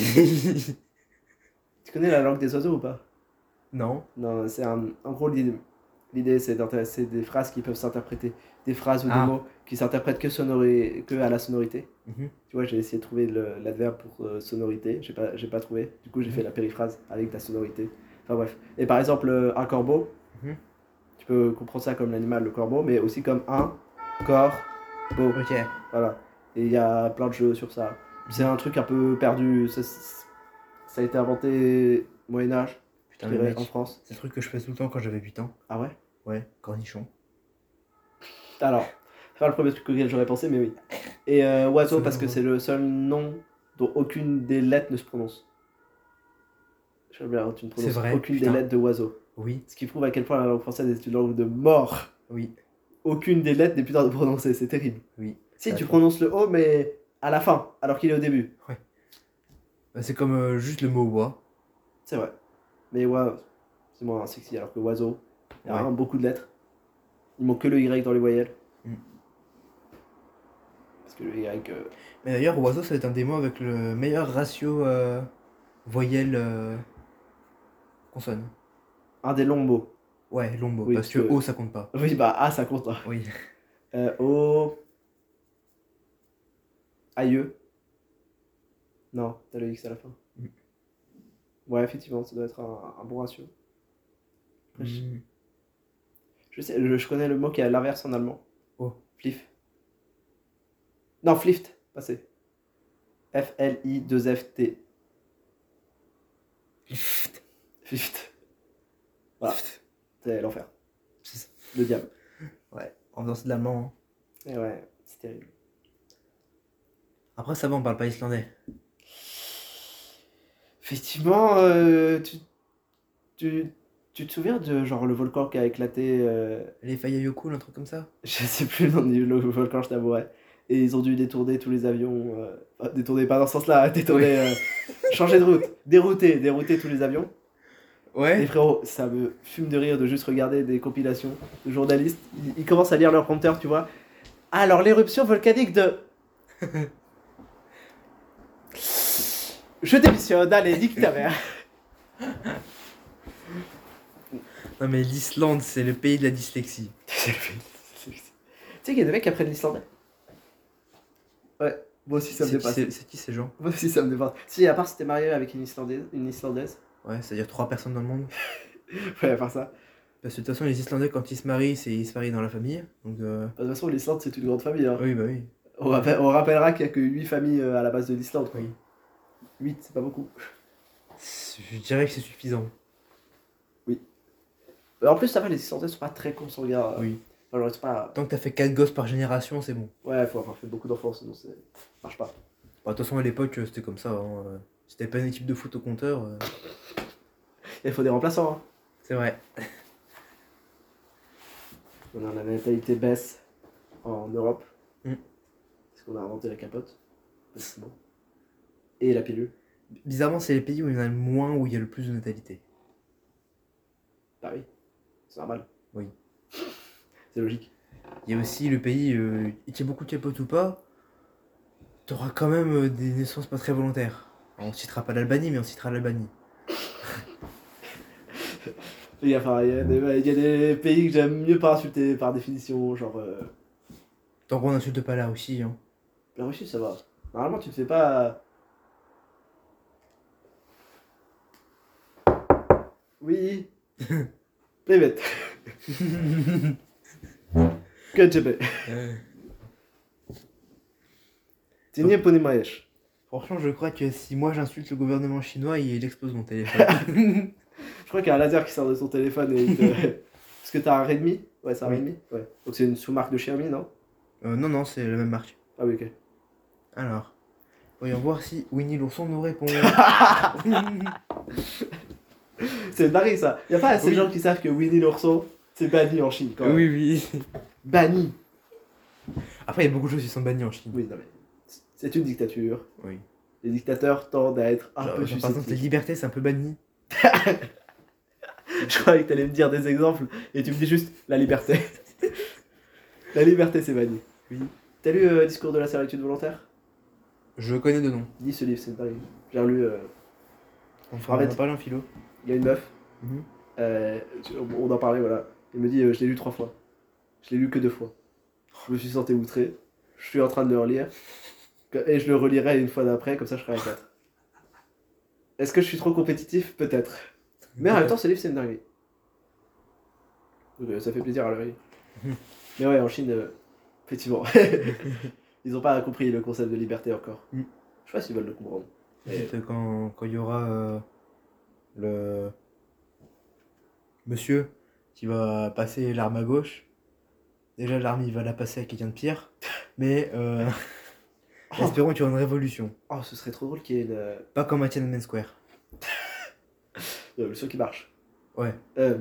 Tu connais la langue des oiseaux ou pas non. Non, c'est un. En gros, l'idée, l'idée, c'est d'intéresser des phrases qui peuvent s'interpréter. Des phrases ou des Ah. mots qui s'interprètent que, sonori- que à la sonorité. Mhm. Tu vois, j'ai essayé de trouver le- l'adverbe pour euh, sonorité. J'ai pas, j'ai pas trouvé. Du coup, j'ai Mhm. fait la périphrase avec la sonorité. Enfin bref. Et par exemple, euh, un corbeau, Mhm. tu peux comprendre ça comme l'animal, le corbeau, mais aussi comme un corbeau. Ok. Voilà. Et il y a plein de jeux sur ça. Mhm. C'est un truc un peu perdu. Ça, ça a été inventé Moyen-Âge, Putain, mais mec, en France. c'est le truc que je fais tout le temps quand j'avais 8 ans. Ah ouais Ouais, cornichon. Alors, c'est pas le premier truc auquel j'aurais pensé, mais oui. Et euh, oiseau, C'est parce que marrant. c'est le seul nom dont aucune des lettres ne se prononce. Je sais pas, tu ne prononces C'est vrai, aucune putain. des lettres de oiseau. Oui, Ce qui prouve à quel point la langue française est une langue de mort. oui, Aucune des lettres n'est putain de prononcer, c'est terrible. oui. Si, Ça tu dépend. prononces le O, mais à la fin, alors qu'il est au début. Bah, C'est comme euh, juste le mot bois. C'est vrai. Mais oiseau, c'est moins sexy, alors que oiseau, il y a Ouais. vraiment beaucoup de lettres. Il manque que le Y dans les voyelles. Mm. Parce que le Y. euh, Mais d'ailleurs, oiseau, ça va être un des mots avec le meilleur ratio euh, voyelle euh, consonne. un des longs mots. Ouais, long mot, Oui, parce que parce que- O, ça compte pas. Oui, bah A, ça compte. hein. Oui. Euh, o. Aïe. Non, t'as le X à la fin. Mm. Ouais, effectivement, ça doit être un, un bon ratio. Après, je- Mm. Je, sais, je, je connais le mot qui est à l'inverse en allemand. Oh. Flif. Non, flift, passé. F-L-I-2-F-T. Flift. Voilà. C'est l'enfer. C'est ça. Le diable. Ouais, en faisant de l'allemand. Et ouais, c'est terrible. Après, ça va, on parle pas islandais. Effectivement, euh, tu, tu, tu te souviens de genre le volcan qui a éclaté euh, Les Fayayoku, un truc comme ça Je sais plus le nom du le volcan, je t'avouerai. Et ils ont dû détourner tous les avions. euh, enfin, détourner, pas dans ce sens-là, détourner. euh, changer de route, dérouter, dérouter tous les avions. Et Ouais. Eh, frérot, ça me fume de rire de juste regarder des compilations de journalistes. Ils, ils commencent à lire leur prompteur, tu vois. Alors, l'éruption volcanique de. Je démissionne, allez, nique ta mère. Non, mais l'Islande, c'est le pays de la dyslexie. tu sais qu'il y a des mecs qui apprennent l'islandais. Ouais, moi aussi C'est qui, ces- c'est qui ces gens Moi aussi ça me dépasse. Si, à part si t'es marié avec une islandaise. Une islandaise. Ouais, c'est-à-dire trois personnes dans le monde. Ouais, à part ça. Parce que de toute façon, les Islandais, quand ils se marient, c'est ils se marient dans la famille. Donc, euh, Bah, De toute façon, l'Islande c'est une grande famille. hein. oui, bah oui. On, rappel- on rappellera qu'il n'y a que 8 familles euh, à la base de l'Islande. quoi. Oui. 8, c'est pas beaucoup. Je dirais que c'est suffisant. Euh, En plus, ça va, les Islandais sont pas très consanguins. Oui. Enfin, genre, ils sont pas. Tant que t'as fait quatre gosses par génération, c'est bon. Ouais, faut avoir fait beaucoup d'enfants, sinon c'est- ça marche pas. Bah, de toute façon, à l'époque, euh, c'était comme ça. hein, euh, Si t'avais pas une équipe de foot au compteur, euh, Et il faut des remplaçants. hein. c'est vrai. On a la natalité baisse en Europe. Mm. Parce qu'on a inventé la capote. Basiquement. Et la pilule. Bizarrement, c'est les pays où il y en a le moins, où il y a le plus de natalité. Bah oui. C'est normal. Oui. c'est logique. Il y a aussi le pays euh, qui est beaucoup de capote ou pas, t'auras quand même euh, des naissances pas très volontaires. On citera pas l'Albanie, mais on citera l'Albanie. Il y, a, enfin, il y a des- il y a des pays que j'aime mieux pas insulter par définition, genre. euh, Tant qu'on n'insulte pas là aussi, hein. La Russie, ça va. Normalement, tu ne fais pas. euh, Oui. Привет. Как тебе? Euh, Ты не понимаешь. Franchement, je crois que si moi j'insulte le gouvernement chinois, il explose mon téléphone. Je crois qu'il y a un laser qui sort de son téléphone et il te... Parce que t'as un Redmi Ouais, c'est un Oui. Redmi Ouais. Donc c'est une sous-marque de Xiaomi, non Euh, non, non, c'est la même marque. Ah oui, ok. Alors, voyons voir si Winnie l'ourson nous répond. C'est une dinguerie, ça. Y a pas assez Oui. de gens qui savent que Winnie l'ourson, c'est banni en Chine, quand même. oui, oui. Banni Après, il y a beaucoup de choses qui sont bannies en Chine. Oui, non mais... C'est une dictature. Oui. Les dictateurs tendent à être un Genre, Ah, peu genre, par exemple, les susceptibles. libertés, c'est un peu banni. Je croyais que t'allais me dire des exemples et tu me dis juste la liberté. la liberté, c'est banni. Oui. T'as lu euh, Discours de la servitude volontaire Je connais deux noms. Dis ce livre, c'est une dinguerie. J'ai lu. euh, On En fera fait- en parler en philo. Il y a une meuf. Mhm. euh, tu- on en parlait, voilà. Il me dit euh, Je l'ai lu trois fois. Je l'ai lu que deux fois. Je me suis senti outré. Je suis en train de le relire. Que- Et je le relirai une fois d'après, comme ça je serai à quatre. Est-ce que je suis trop compétitif Peut-être. Mais en même temps, ce livre, c'est une dinguerie. Donc, euh, ça fait plaisir à l'œil. Mais ouais, en Chine, euh, effectivement, ils n'ont pas compris le concept de liberté encore. Mm. Je sais pas s'ils veulent le comprendre. Mais- Peut-être quand quand il y aura euh, le monsieur qui va passer l'arme à gauche. Déjà, l'arme, il va la passer à quelqu'un de pire. Mais euh, Oh, espérons qu'il y aura une révolution. oh, ce serais trop drôle qu'il y ait une. euh, Pas comme à Tiananmen Square. Euh, le seul qui marche. Ouais. Euh,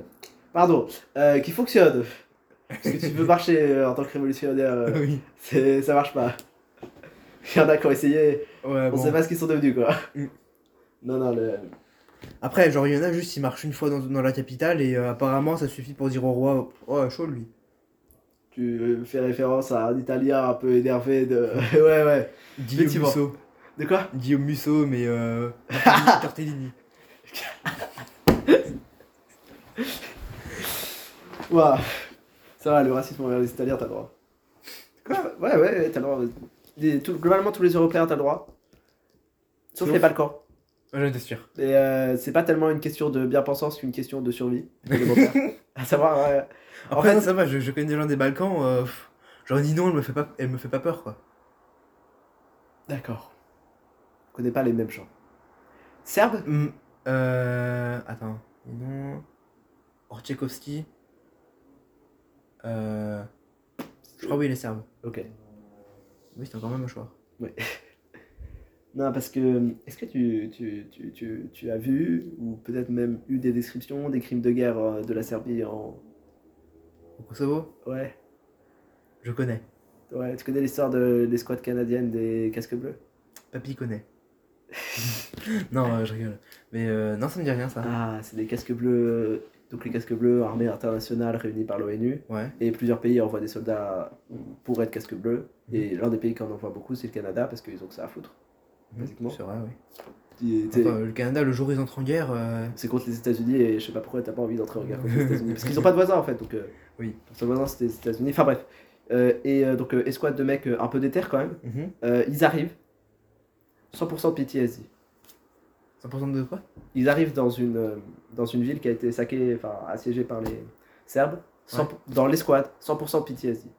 pardon, euh, qui fonctionne. Parce que tu peux marcher euh, en tant que révolutionnaire, euh, oui. c'est- ça marche pas. Il y en a qui ont essayé, Ouais, on Ah bon. sait pas ce qu'ils sont devenus quoi. Mm. Non, non, le... Après, genre, il y en a juste, il marche une fois dans, dans la capitale et euh, apparemment, ça suffit pour dire au roi, oh, chaud lui. tu euh, fais référence à un Italien un peu énervé de. ouais, ouais. Guillaume Effectivement. Musso. De quoi Guillaume Musso, mais euh, Tartellini- Tartellini. Ouah. Ça va, le racisme envers les Italiens, t'as le droit. Quoi Ouais, ouais, t'as le droit. Les- tout- globalement, tous les Européens, t'as le droit. Sauf Sauf- les Balkans. Ouais, J'en étais sûr. Et euh, c'est pas tellement une question de bien-pensance qu'une question de survie. élémentaire. à savoir, euh, En Après, fait- ça va, je, je connais des gens des Balkans. euh, pff, genre, dis non, elle me fait pas, elle me fait pas peur, quoi. d'accord, on connaît pas les mêmes gens. Serbe Hmm, euh, attends. Non. Ortchekovski. Euh, je crois oui, il est serbe. Ok. Oui, c'est encore même un choix. Non, parce que est-ce que tu, tu, tu, tu, tu as vu ou peut-être même eu des descriptions des crimes de guerre euh, de la Serbie en. Au Kosovo, Ouais, je connais. ouais, tu connais l'histoire de l'escouade canadienne des casques bleus Papy connaît. non, euh, je rigole. Mais euh, non, ça me dit rien, ça. Ah, c'est des casques bleus, euh, donc les casques bleus, armée internationale réunie par l'ONU. Ouais. Et plusieurs pays envoient des soldats pour être casque bleu. Mhm. Et l'un des pays qui en envoie beaucoup, c'est le Canada, parce qu'ils ont que ça à foutre. Basiquement. C'est vrai, oui. Qui était- Attends, le Canada, le jour où ils entrent en guerre, euh, C'est contre les États-Unis, et je sais pas pourquoi t'as pas envie d'entrer en guerre contre les États-Unis. parce qu'ils ont pas de voisins, en fait. Donc, euh, Oui. Leur seul voisin, c'était les États-Unis. Enfin, bref. Euh, et euh, donc, euh, escouade de mecs euh, un peu déter quand même. mhm, Euh, ils arrivent. 100% de PTSD. 100% de quoi Ils arrivent dans une, euh, dans une ville qui a été saquée, enfin assiégée par les Serbes. Cent- Dans l'escouade, 100% PTSD.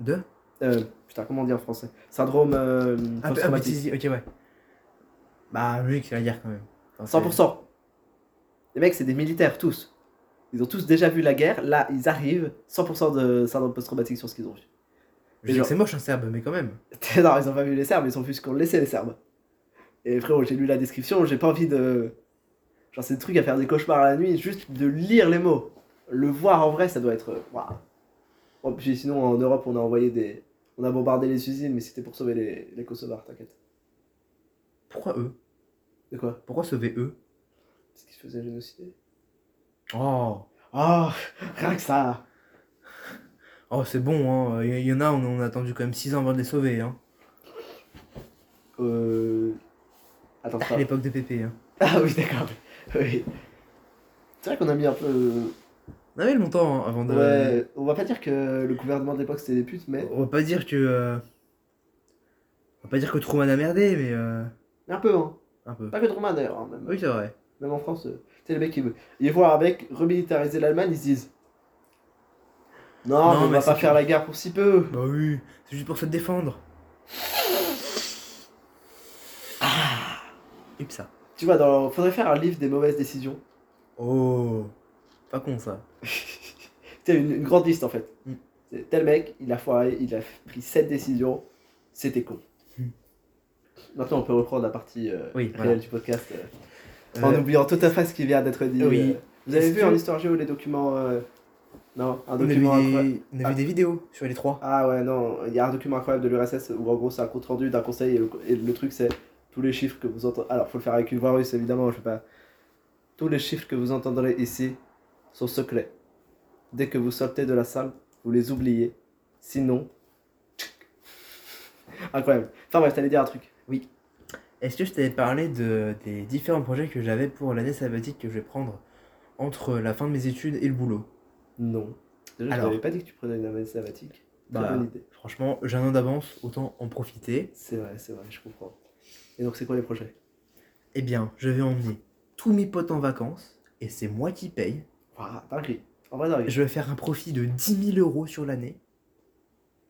De Euh, putain, comment on dit en français Syndrome euh, Ah, ah, post-traumatique. bêtise, ok, ouais. Bah, oui, c'est la guerre quand même. Enfin, c'est- 100%. Les mecs, c'est des militaires, tous. Ils ont tous déjà vu la guerre. Là, ils arrivent. 100% de syndrome post-traumatique sur ce qu'ils ont vu. Je sais que c'est moche un serbe, mais quand même. non, ils ont pas vu les Serbes, ils ont vu ce qu'on laissait les Serbes. Et frérot, j'ai lu la description, j'ai pas envie de. Genre, c'est des trucs à faire des cauchemars à la nuit, juste de lire les mots. Le voir en vrai, ça doit être. euh, Waouh. Bon, puis sinon, en Europe, on a envoyé des. On a bombardé les usines, mais c'était pour sauver les, les Kosovars, t'inquiète. Pourquoi eux De quoi Pourquoi sauver eux Parce qu'ils se faisaient génocider. Oh, Oh, rien que ça oh c'est bon, hein. Il y- il y en a, on, on a attendu quand même 6 ans avant de les sauver, hein. euh, Attends, À ça. l'époque de Pépé. Hein. Ah oui, d'accord. Oui. C'est vrai qu'on a mis un peu. On avait longtemps avant de. Ouais, on va pas dire que le gouvernement de l'époque c'était des putes, mais. On va pas dire que. euh, On va pas dire que Truman a merdé, mais. euh, Un peu, hein. Un peu. Pas que Truman d'ailleurs, hein, même. Oui, c'est vrai. Même en France, euh, tu sais, les mecs qui veulent. Ils voient un mec remilitariser l'Allemagne, ils se disent. Non, Non, mais on mais va c'est pas faire tout. la guerre pour si peu. Bah oui, c'est juste pour se défendre. Ah Upsa. Tu vois, dans... faudrait faire un livre des mauvaises décisions. Oh Pas con ça. C'est une, une grande liste en fait. Mm. C'est Tel mec, il a foiré, il a pris cette décision, c'était con. Mm. Maintenant, on peut reprendre la partie euh, Oui, réelle voilà. du podcast euh, en Euh, oubliant tout à fait ce qui vient d'être dit. oui. euh. vous avez Est-ce vu que- en histoire géo les documents euh, Non, un on a vu, document incroyable. des... on a Ah. vu des vidéos sur les trois. Ah ouais, non, il y a un document incroyable de l'URSS où en gros c'est un compte rendu d'un conseil et le, et le truc c'est tous les chiffres que vous entendez. Alors, faut le faire avec une voix russe évidemment, je sais pas. Tous les chiffres que vous entendrez ici sont secrets. Dès que vous sortez de la salle, vous les oubliez. Sinon. Incroyable. Enfin bref, t'allais dire un truc. Est-ce que je t'avais parlé de... des différents projets que j'avais pour l'année sabbatique que je vais prendre entre la fin de mes études et le boulot Non. Déjà, je Alors. t'avais pas dit que tu prenais une année sabbatique. Très Bah. bonne idée. Franchement, j'ai un an d'avance, autant en profiter. C'est vrai, c'est vrai, je comprends. Et donc, c'est quoi les projets Eh bien, je vais emmener tous mes potes en vacances, et c'est moi qui paye. Waouh, dinguerie. En vrai, dinguerie. Je vais faire un profit de 10 000 euros sur l'année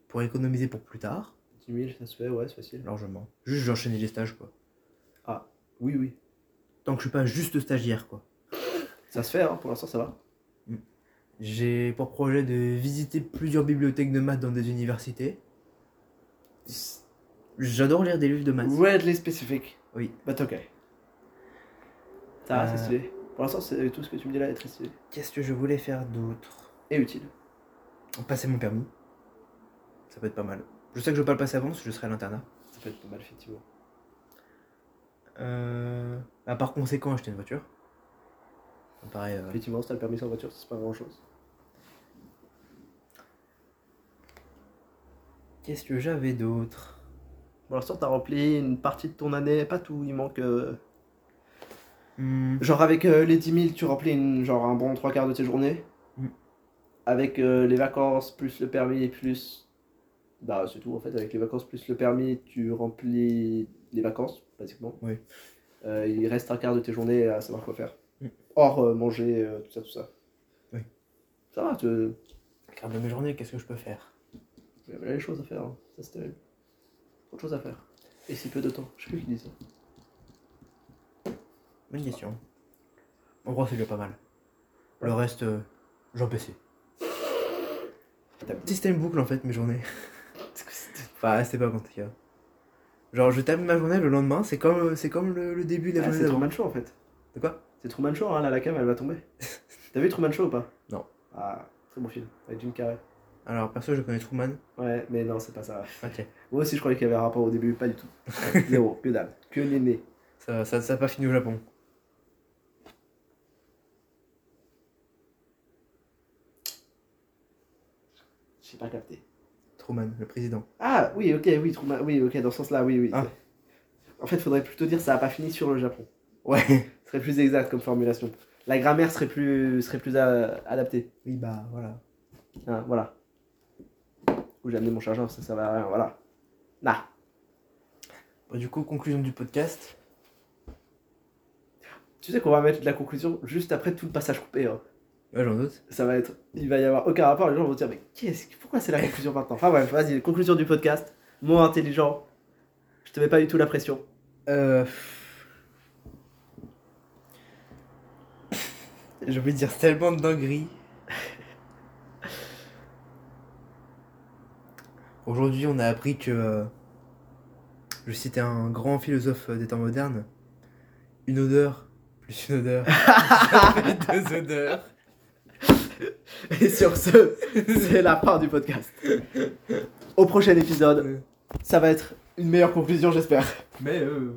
pour économiser pour plus tard. 10 000, ça se fait, ouais, c'est facile. Largement. Juste, j'enchaîner les stages, quoi. Oui, oui. Tant que je suis pas juste stagiaire, quoi. Ça se fait, hein, pour l'instant, ça va. J'ai pour projet de visiter plusieurs bibliothèques de maths dans des universités. J'adore lire des livres de maths. Weirdly spécifique. Oui. But ok. Ça va, Euh. c'est stylé. Pour l'instant, c'est euh, tout ce que tu me dis là est très stylé. Qu'est-ce que je voulais faire d'autre Et utile. Passer mon permis. Ça peut être pas mal. Je sais que je vais pas le passer avant, parce que je serai à l'internat. Ça peut être pas mal, effectivement. Euh... bah, par conséquent, acheter une voiture. Ça me paraît, euh, Effectivement, si t'as le permis sans voiture, c'est pas grand chose. Qu'est-ce que j'avais d'autre Pour l'instant, t'as rempli une partie de ton année, pas tout, il manque. euh, Hmm, Genre, avec euh, les 10 000, tu remplis une, genre un bon trois quarts de tes journées. Mm. Avec euh, les vacances, plus le permis, plus. Bah, c'est tout en fait. Avec les vacances, plus le permis, tu remplis les vacances, basiquement. Oui. Euh, il reste un quart de tes journées à savoir quoi faire. Mm. Hors euh, manger, euh, tout ça, tout ça. Oui. Ça va, tu. Regarde de mes journées, qu'est-ce que je peux faire Il y avait des choses à faire, hein. ça c'était Autre chose à faire. Et si peu de temps, je sais plus qui dit ça. Bonne question. En gros, c'est déjà pas mal. Le reste, euh, j'en PC. C'était une boucle en fait, mes journées. Enfin, c'était pas compliqué. hein. Genre, je tape ma journée le lendemain, c'est comme, euh, c'est comme le, le début de la Ah, journée c'est d'avant. Truman Show en fait. De quoi C'est Truman Show, hein, là la cam elle va tomber. T'as vu Truman Show ou pas Non. Ah, très bon film, avec Jim Carrey. Alors, perso, je connais Truman. Ouais, mais non, c'est pas ça. Ok. Moi aussi je croyais qu'il y avait un rapport au début, pas du tout. Zéro, que dalle, que l'aîné. Ça, ça, ça a pas fini au Japon. J'ai pas capté. Truman, le président. Ah, oui, ok, oui, Truman, oui, ok, dans ce sens là, oui, oui. Ah. En fait, faudrait plutôt dire ça a pas fini sur le Japon. Ouais. Ce serait plus exact comme formulation. La grammaire serait plus, serait plus euh, adaptée. Oui, bah voilà. Hein, voilà. Où j'ai amené mon chargeur, ça servait à rien, voilà. Nah. Bah, du coup, conclusion du podcast. Tu sais qu'on va mettre la conclusion juste après tout le passage coupé. hein. Ouais, j'en doute. Ça va être. Il va y avoir aucun rapport, les gens vont se dire mais qu'est-ce que- pourquoi c'est la conclusion maintenant Enfin bref, vas-y, conclusion du podcast. Mot intelligent. Je te mets pas du tout la pression. Euh... pff. J'ai envie de dire tellement de dingueries. Aujourd'hui, on a appris que, euh, je citais un grand philosophe des temps modernes, une odeur plus une odeur, ça fait deux odeurs. Et sur ce, c'est la fin du podcast. Au prochain épisode, ça va être une meilleure conclusion, j'espère. Mais euh,